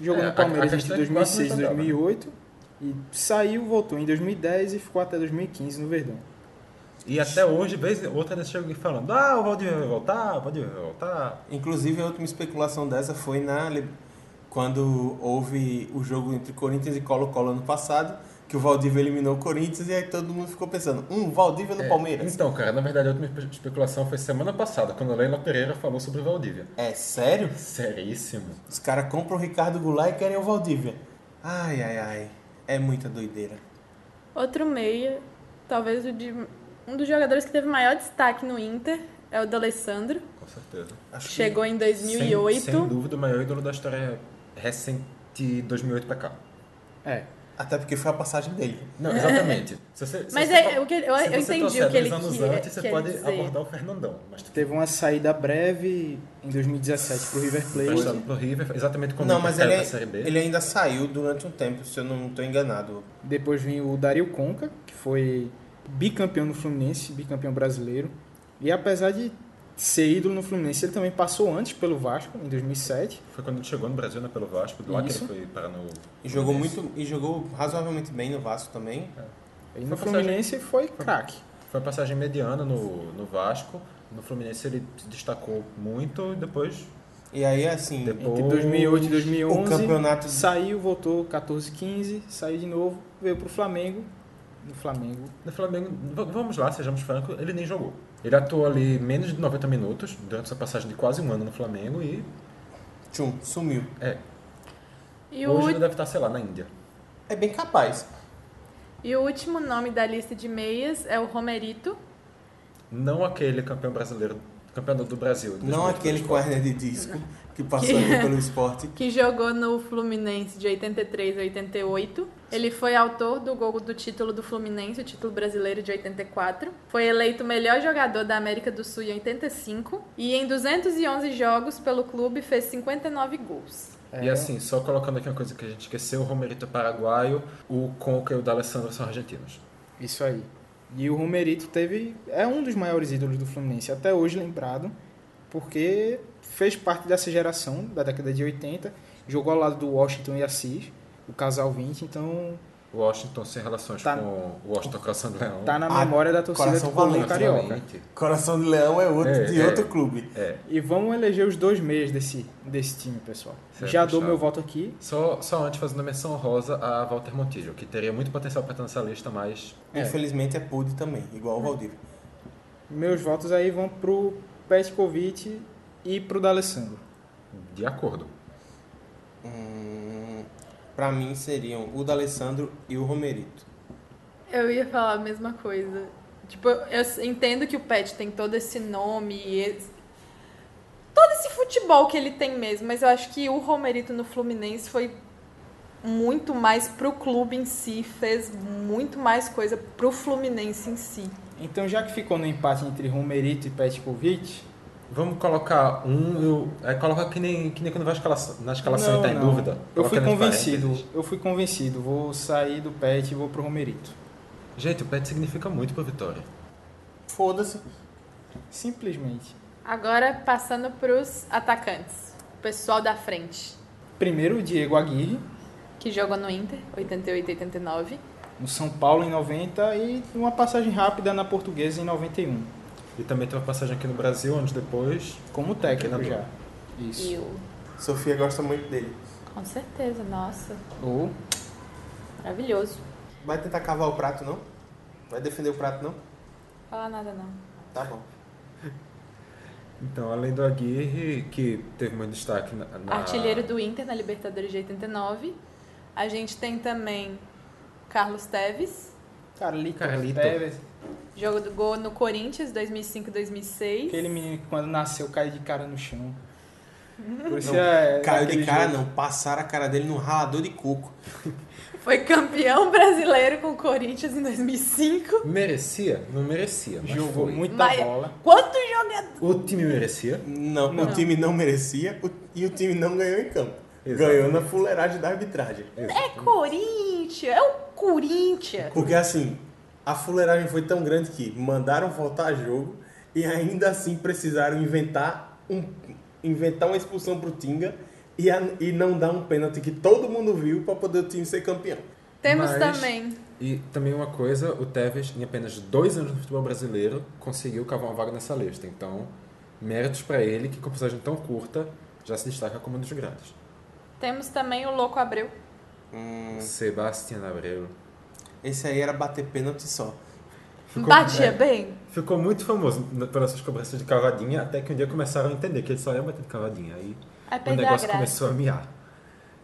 Speaker 6: Jogou
Speaker 8: É, a-
Speaker 6: no
Speaker 8: a
Speaker 6: Palmeiras entre
Speaker 8: questão é que quase
Speaker 6: 2006 e
Speaker 8: não jogava, né?
Speaker 6: 2008. E saiu, voltou em 2010 e ficou até 2015 no Verdão.
Speaker 8: E até hoje, vez ou outra, eles chegam falando: Ah, o Valdir vai voltar, o Valdir vai voltar.
Speaker 7: Inclusive, a última especulação dessa foi na Li- quando houve o jogo entre Corinthians e Colo-Colo ano passado, que o Valdívia eliminou o Corinthians e aí todo mundo ficou pensando, hum, Valdívia no
Speaker 8: É,
Speaker 7: Palmeiras.
Speaker 8: Então, cara, na verdade, a última espe- especulação foi semana passada, quando a Leila Pereira falou sobre o Valdívia.
Speaker 7: É sério?
Speaker 8: Seríssimo.
Speaker 7: Os caras compram o Ricardo Goulart e querem o Valdívia. Ai, ai, ai. É muita doideira.
Speaker 10: Outro meia, talvez o de, um dos jogadores que teve maior destaque no Inter é o D'Alessandro.
Speaker 8: Com certeza.
Speaker 7: Acho que-
Speaker 10: Chegou em
Speaker 8: Sem,
Speaker 10: 2008.
Speaker 8: sem dúvida, o maior ídolo da história recente de 2008 pra cá.
Speaker 6: É.
Speaker 7: Até porque foi a passagem dele.
Speaker 8: Não, exatamente. se você, se
Speaker 10: É. Mas
Speaker 8: você
Speaker 10: é,
Speaker 8: tá-
Speaker 10: o que, eu,
Speaker 8: se
Speaker 10: eu
Speaker 8: você
Speaker 10: entendi
Speaker 8: trouxer
Speaker 10: o que ele
Speaker 8: dois anos
Speaker 10: que-
Speaker 8: antes, você
Speaker 10: quer
Speaker 8: pode
Speaker 10: dizer.
Speaker 8: abordar o Fernandão. Mas tu
Speaker 6: Teve uma saída breve em 2017 pro River
Speaker 8: prestado
Speaker 6: Plate.
Speaker 8: pro River, exatamente como
Speaker 7: Não, mas ele, é-
Speaker 8: da Série B.
Speaker 7: ele ainda saiu durante um tempo, se eu não estou enganado.
Speaker 6: Depois vinha o Dario Conca, que foi bicampeão no Fluminense, bicampeão brasileiro. E apesar de ser ídolo no Fluminense, ele também passou antes pelo Vasco, em 2007.
Speaker 8: Foi quando ele chegou no Brasil, né, pelo Vasco, de lá
Speaker 6: Isso.
Speaker 8: que ele foi para no...
Speaker 7: E jogou
Speaker 8: Fluminense.
Speaker 7: muito. E jogou razoavelmente bem no Vasco também.
Speaker 8: É.
Speaker 6: E no
Speaker 8: Foi passagem-
Speaker 6: Fluminense foi craque.
Speaker 8: Foi uma passagem mediana no, no Vasco. No Fluminense ele se destacou muito e depois.
Speaker 7: E aí, assim.
Speaker 8: depois
Speaker 6: Entre 2008 e
Speaker 7: O
Speaker 6: 2011,
Speaker 7: campeonato-
Speaker 6: saiu, voltou 14, 15, saiu de novo, veio pro Flamengo. No Flamengo,
Speaker 8: No Flamengo, v- vamos lá, sejamos francos, ele nem jogou. Ele atuou ali menos de 90 minutos durante essa passagem de quase um ano no Flamengo e.
Speaker 7: Tchum, sumiu.
Speaker 8: É.
Speaker 10: E o,
Speaker 8: hoje ele
Speaker 10: ú-
Speaker 8: deve estar, sei lá, na Índia.
Speaker 7: É bem capaz.
Speaker 8: é
Speaker 10: e o último nome da lista de meias é o Romerito.
Speaker 8: Não aquele campeão brasileiro, campeão do Brasil. de
Speaker 7: Não
Speaker 8: 2008,
Speaker 7: aquele com
Speaker 8: esporte.
Speaker 7: hernia de disco que passou ali pelo esporte.
Speaker 10: que jogou no Fluminense de 83 a 88. Ele foi autor do gol do título do Fluminense, o título brasileiro de 84. Foi eleito o melhor jogador da América do Sul em 85. E em 211 jogos pelo clube fez 59 gols.
Speaker 8: E assim, só colocando aqui uma coisa que a gente esqueceu: o Romerito é paraguaio, o Conca e o D'Alessandro são argentinos.
Speaker 6: isso aí. E o Romerito teve é um dos maiores ídolos do Fluminense, até hoje lembrado, porque fez parte dessa geração da década de 80, jogou ao lado do Washington e Assis, o casal 20, então
Speaker 8: Washington sem relações
Speaker 6: Tá-
Speaker 8: com o Washington Coração do Leão.
Speaker 6: tá na
Speaker 7: Ah,
Speaker 6: memória da torcida
Speaker 7: coração
Speaker 6: do Colônia
Speaker 7: valente, né?
Speaker 6: Carioca.
Speaker 8: Exatamente.
Speaker 7: Coração do Leão é outro
Speaker 8: É,
Speaker 7: de
Speaker 8: é.
Speaker 7: outro clube.
Speaker 8: É.
Speaker 6: E vamos eleger os dois meias desse, desse time, pessoal.
Speaker 8: Certo,
Speaker 6: Já dou
Speaker 8: fechado.
Speaker 6: meu voto aqui,
Speaker 8: Só, só antes fazendo a menção rosa a Walter Montilho, que teria muito potencial para estar nessa lista, mas
Speaker 7: é
Speaker 6: É.
Speaker 7: Infelizmente é pude também, igual o Valdívia.
Speaker 6: Meus votos aí vão pro Petkovic e pro D'Alessandro.
Speaker 8: De acordo.
Speaker 7: Hum, pra mim seriam o D'Alessandro e o Romerito.
Speaker 10: Eu ia falar a mesma coisa. Tipo, eu s- entendo que o Pet tem todo esse nome e esse- todo esse futebol que ele tem mesmo, mas eu acho que o Romerito no Fluminense foi muito mais pro clube em si, fez muito mais coisa pro Fluminense em si.
Speaker 6: Então, já que ficou no empate entre Romerito e Petkovic,
Speaker 8: Vamos colocar um. Eu, aí coloca que nem, que nem quando vai escala- na escalação e tá em dúvida.
Speaker 6: Eu
Speaker 8: Coloca
Speaker 6: fui
Speaker 8: entre
Speaker 6: convencido,
Speaker 8: parênteses.
Speaker 6: eu fui convencido. Vou sair do Pet e vou pro Romerito.
Speaker 8: Gente, o pet significa muito pra Vitória.
Speaker 7: Foda-se.
Speaker 6: Simplesmente.
Speaker 10: Agora passando pros atacantes, o pessoal da frente,
Speaker 6: Primeiro, o Diego Aguirre,
Speaker 10: que jogou no Inter, 88 e 89.
Speaker 6: no São Paulo em 90 e uma passagem rápida na Portuguesa em 91,
Speaker 8: E também tem uma passagem aqui no Brasil, onde depois.
Speaker 6: como técnico já.
Speaker 10: E
Speaker 6: Isso.
Speaker 10: o.
Speaker 7: Sofia gosta muito dele.
Speaker 10: Com certeza, nossa,
Speaker 6: Ou
Speaker 10: maravilhoso.
Speaker 7: Vai tentar cavar o prato, não? Vai defender o prato, não?
Speaker 10: Falar nada não.
Speaker 7: Tá bom.
Speaker 8: Então, além do Aguirre, que teve muito destaque na. na-
Speaker 10: Artilheiro do Inter na Libertadores de 89. A gente tem também Carlos Teves,
Speaker 6: Carlito,
Speaker 8: Carlito.
Speaker 6: Tevez,
Speaker 10: jogo do gol no Corinthians 2005-2006.
Speaker 6: aquele menino que quando nasceu cai de cara no chão. Por isso é
Speaker 7: Caiu de
Speaker 6: daquele
Speaker 7: cara,
Speaker 6: jeito.
Speaker 7: não. Passaram a cara dele num ralador de coco.
Speaker 10: Foi campeão brasileiro com o Corinthians em 2005.
Speaker 8: Merecia? Não merecia. Mas
Speaker 6: Jogou
Speaker 8: foi.
Speaker 6: muita
Speaker 10: Mas-
Speaker 6: bola.
Speaker 10: Quanto jogador!
Speaker 8: O time merecia.
Speaker 7: Não, o time não merecia o- e o time não ganhou em campo.
Speaker 8: Exato.
Speaker 7: Ganhou na fuleiragem da arbitragem.
Speaker 10: É Corinthians! É o Corinthians!
Speaker 7: Porque assim, a fuleiragem foi tão grande que mandaram voltar jogo e ainda assim precisaram inventar, um, inventar uma expulsão pro Tinga e, a- e não dar um pênalti que todo mundo viu pra poder o time ser campeão.
Speaker 10: Temos
Speaker 8: Mas-
Speaker 10: também
Speaker 8: E também uma coisa, o Tevez, em apenas dois anos no futebol brasileiro, conseguiu cavar uma vaga nessa lista. Então, méritos pra ele, que com passagem tão curta, já se destaca como um dos grandes.
Speaker 10: temos também o Louco Abreu.
Speaker 6: Hum.
Speaker 8: Sebastião Abreu.
Speaker 7: Hum, Esse aí era bater pênalti só.
Speaker 10: Batia
Speaker 8: é,
Speaker 10: bem?
Speaker 8: Ficou muito famoso na- pelas suas cobranças de cavadinha, até que um dia começaram a entender que ele só ia bater de cavadinha. Aí
Speaker 10: Aí
Speaker 8: o
Speaker 10: perdeu É a
Speaker 8: negócio
Speaker 10: graça.
Speaker 8: começou a miar.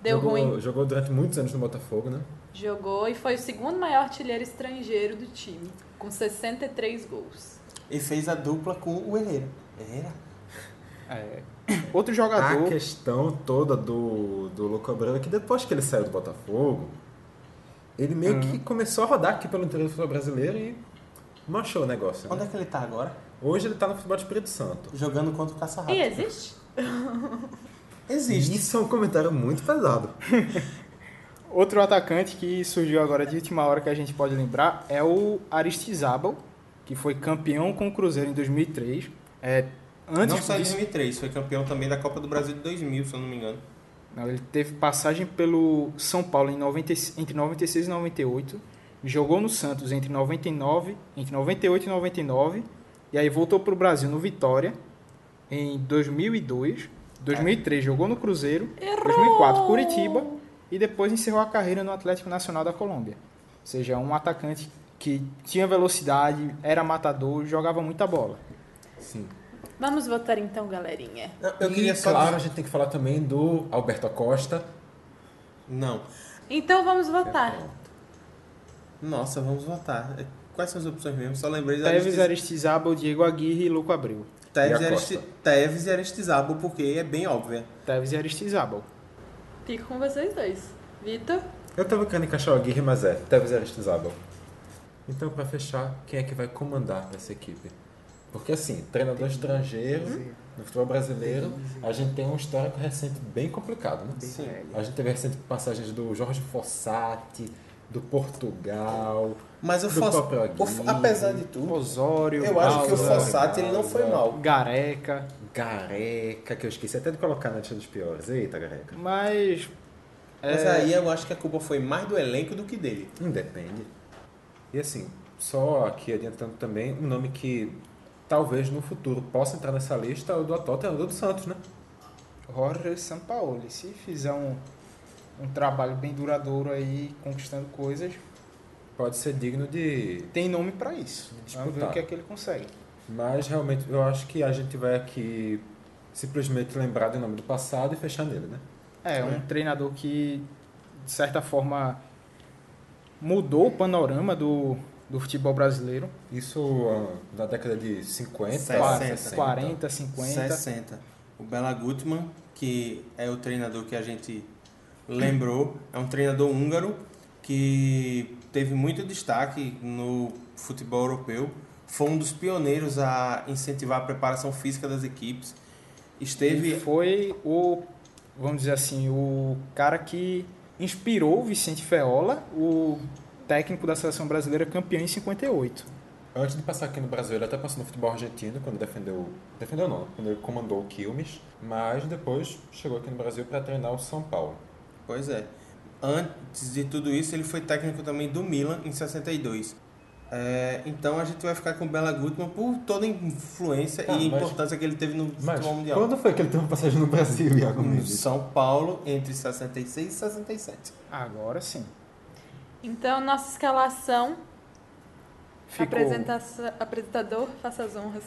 Speaker 10: Deu
Speaker 8: jogou,
Speaker 10: ruim.
Speaker 8: Jogou durante muitos anos no Botafogo, né?
Speaker 10: Jogou e foi o segundo maior artilheiro estrangeiro do time, com 63 gols.
Speaker 7: E fez a dupla com o Herrera. Herrera?
Speaker 6: É. Outro
Speaker 8: A
Speaker 7: Ah,
Speaker 6: jogador
Speaker 8: questão toda do, do Louco Abreu é que depois que ele saiu do Botafogo, ele meio que
Speaker 7: Hum.
Speaker 8: começou a rodar aqui pelo interior do futebol brasileiro e manchou o negócio. né?
Speaker 7: Onde é que ele tá agora?
Speaker 8: Hoje ele tá no futebol de Espírito Santo.
Speaker 7: Jogando contra o Caçarrato.
Speaker 10: E existe?
Speaker 7: Existe.
Speaker 8: Isso é um comentário muito pesado.
Speaker 6: Outro atacante que surgiu agora de última hora que a gente pode lembrar é o Aristizábal, que foi campeão com o Cruzeiro em 2003. É, antes
Speaker 7: não só em
Speaker 6: disso,
Speaker 7: 2003, foi campeão também da Copa do Brasil de 2000, se eu não me engano.
Speaker 6: não, ele teve passagem pelo São Paulo em 90, entre 96 e 98, jogou no Santos entre 99, entre 98 e 99, e aí voltou para o Brasil no Vitória em 2002, 2003 jogou no Cruzeiro, 2004 Curitiba e depois encerrou a carreira no Atlético Nacional da Colômbia. Ou seja, um atacante que tinha velocidade, era matador, jogava muita bola.
Speaker 8: Sim.
Speaker 10: Vamos votar então, galerinha.
Speaker 7: Não, eu
Speaker 8: e,
Speaker 7: queria é só
Speaker 8: claro, a
Speaker 7: dizer-
Speaker 8: gente tem que falar também do Alberto Acosta.
Speaker 7: Não.
Speaker 10: Então vamos votar.
Speaker 7: Nossa, vamos votar. Quais são as opções mesmo? Só lembrei da
Speaker 6: Tevez,
Speaker 7: Aristiz-
Speaker 6: Aristizábal, Diego Aguirre e Luco Abreu.
Speaker 7: Tevez
Speaker 8: E
Speaker 7: e
Speaker 8: a
Speaker 7: Aristi- Tevez e Aristizábal, porque é bem óbvia.
Speaker 6: Tevez e Aristizábal.
Speaker 10: Fico com vocês dois. Vitor,
Speaker 8: Eu tava querendo encaixar o Aguirre, mas é, Tevez e Aristizábal. Então, pra fechar, quem é que vai comandar essa equipe? Porque, assim, treinador estrangeiro no futebol brasileiro, a gente tem um histórico recente bem complicado, né? Sim. A gente teve recente passagens do Jorge Fossati, do Portugal.
Speaker 7: Mas o
Speaker 8: Do
Speaker 7: Foss...
Speaker 8: próprio
Speaker 7: o F-
Speaker 8: Aguirre.
Speaker 7: Apesar de tudo,
Speaker 6: Osório,
Speaker 7: eu acho que o
Speaker 6: Balsa,
Speaker 7: Fossati ele não foi mal.
Speaker 6: Gareca,
Speaker 8: Gareca, que eu esqueci até de colocar na lista dos piores. Eita, Gareca.
Speaker 6: mas
Speaker 7: Mas aí eu acho que a culpa foi mais do elenco do que dele.
Speaker 8: Independe. E assim, só aqui adiantando também, um nome que talvez no futuro possa entrar nessa lista é o do atual treinador do Santos, né?
Speaker 6: Jorge é Sampaoli, se fizer um, um trabalho bem duradouro aí, conquistando coisas,
Speaker 8: Pode ser digno de
Speaker 6: tem nome pra isso. Vamos ver
Speaker 8: Disputar.
Speaker 6: o que é que ele consegue.
Speaker 8: Mas realmente eu acho que a gente vai aqui simplesmente lembrar do nome do passado e fechar nele, né?
Speaker 6: É, um treinador que, de certa forma, mudou o panorama do, do futebol brasileiro.
Speaker 8: Isso ah, da década de 50,
Speaker 7: 60,
Speaker 8: 60.
Speaker 6: 40, 50.
Speaker 7: 60. O Bela Gutmann, que é o treinador que a gente lembrou, é um treinador húngaro que teve muito destaque no futebol europeu. Foi um dos pioneiros a incentivar a preparação física das equipes.
Speaker 6: Ele
Speaker 7: Esteve
Speaker 6: foi o, vamos dizer assim, o cara que inspirou o Vicente Feola, o técnico da seleção brasileira campeão em 58.
Speaker 8: Antes de passar aqui no Brasil, ele até passou no futebol argentino, quando defendeu. Defendeu não, quando ele comandou o Quilmes, mas depois chegou aqui no Brasil para treinar o São Paulo.
Speaker 7: Pois é. Antes de tudo isso, ele foi técnico também do Milan em 62. É, então a gente vai ficar com o Bela Gutmann por toda a influência
Speaker 8: Tá,
Speaker 7: e
Speaker 8: mas-
Speaker 7: importância que ele teve no
Speaker 8: Mas
Speaker 7: futebol mundial.
Speaker 8: quando foi que ele teve uma passagem no Brasil, Iago
Speaker 7: Em
Speaker 8: Mendes?
Speaker 7: São Paulo entre 66 e 67.
Speaker 6: Agora sim.
Speaker 10: Então, nossa escalação,
Speaker 6: Ficou
Speaker 10: apresentaça- apresentador, faça as honras.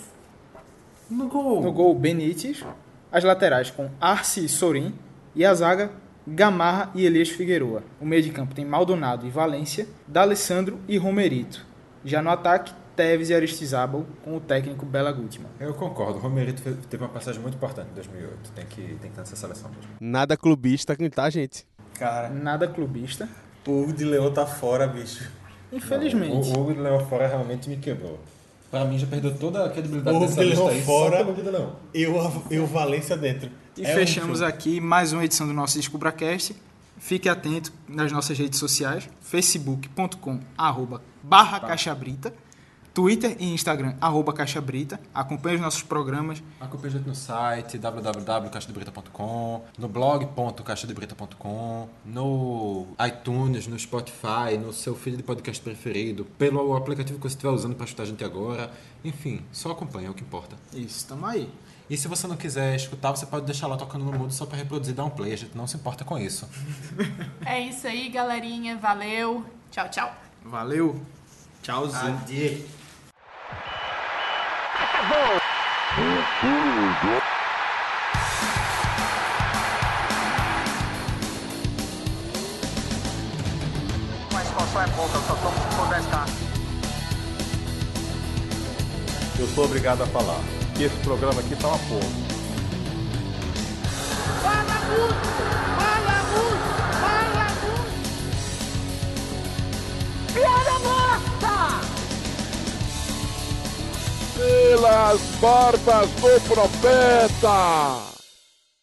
Speaker 8: No gol!
Speaker 6: no gol Benítez, as laterais com Arce e Sorin, e a zaga Gamarra e Elias Figueroa. O meio de campo tem Maldonado e Valência, D'Alessandro e Romerito. Já no ataque, Tevez e Aristizábal com o técnico Bela Gutmann.
Speaker 8: Eu concordo, o Romerito fe- teve uma passagem muito importante em 2008, tem que, tem que estar nessa seleção mesmo.
Speaker 7: Nada clubista, tá, gente? Cara,
Speaker 6: Nada clubista,
Speaker 7: o Hugo de Leão tá fora, bicho.
Speaker 6: infelizmente.
Speaker 8: O, o Hugo de Leão fora realmente me quebrou. Pra mim já perdeu toda a credibilidade
Speaker 7: O
Speaker 8: dessa
Speaker 7: Hugo de
Speaker 8: lista
Speaker 7: Leão
Speaker 8: aí
Speaker 7: fora.
Speaker 8: só pelo Hugo de Leão.
Speaker 7: Eu, eu Valência dentro.
Speaker 6: E fechamos aqui mais uma edição do nosso DescubraCast. Fique atento nas nossas redes sociais, facebook.com arroba barra caixabrita, Twitter e Instagram arroba caixabrita. Acompanhe os nossos programas.
Speaker 8: Acompanhe a é gente no site www.caixadebrita.com, no blog.caixadebrita.com, no iTunes, no Spotify, no seu feed de podcast preferido, pelo aplicativo que você estiver usando para escutar a gente agora. Enfim, só acompanha, é o que importa.
Speaker 6: Isso, tamo aí.
Speaker 8: E se você não quiser escutar, você pode deixar lá tocando no mundo só para reproduzir e dar um play. A gente não se importa com isso.
Speaker 10: É isso aí, galerinha. Valeu. Tchau, tchau.
Speaker 6: Valeu!
Speaker 7: Tchauzinho.
Speaker 2: Mas qual só é pouca, só tomo se for 10k.
Speaker 3: Eu sou obrigado a falar que esse programa aqui tá uma porra.
Speaker 4: Fala muito, fala muito, fala muito.
Speaker 5: Pelas barbas do profeta!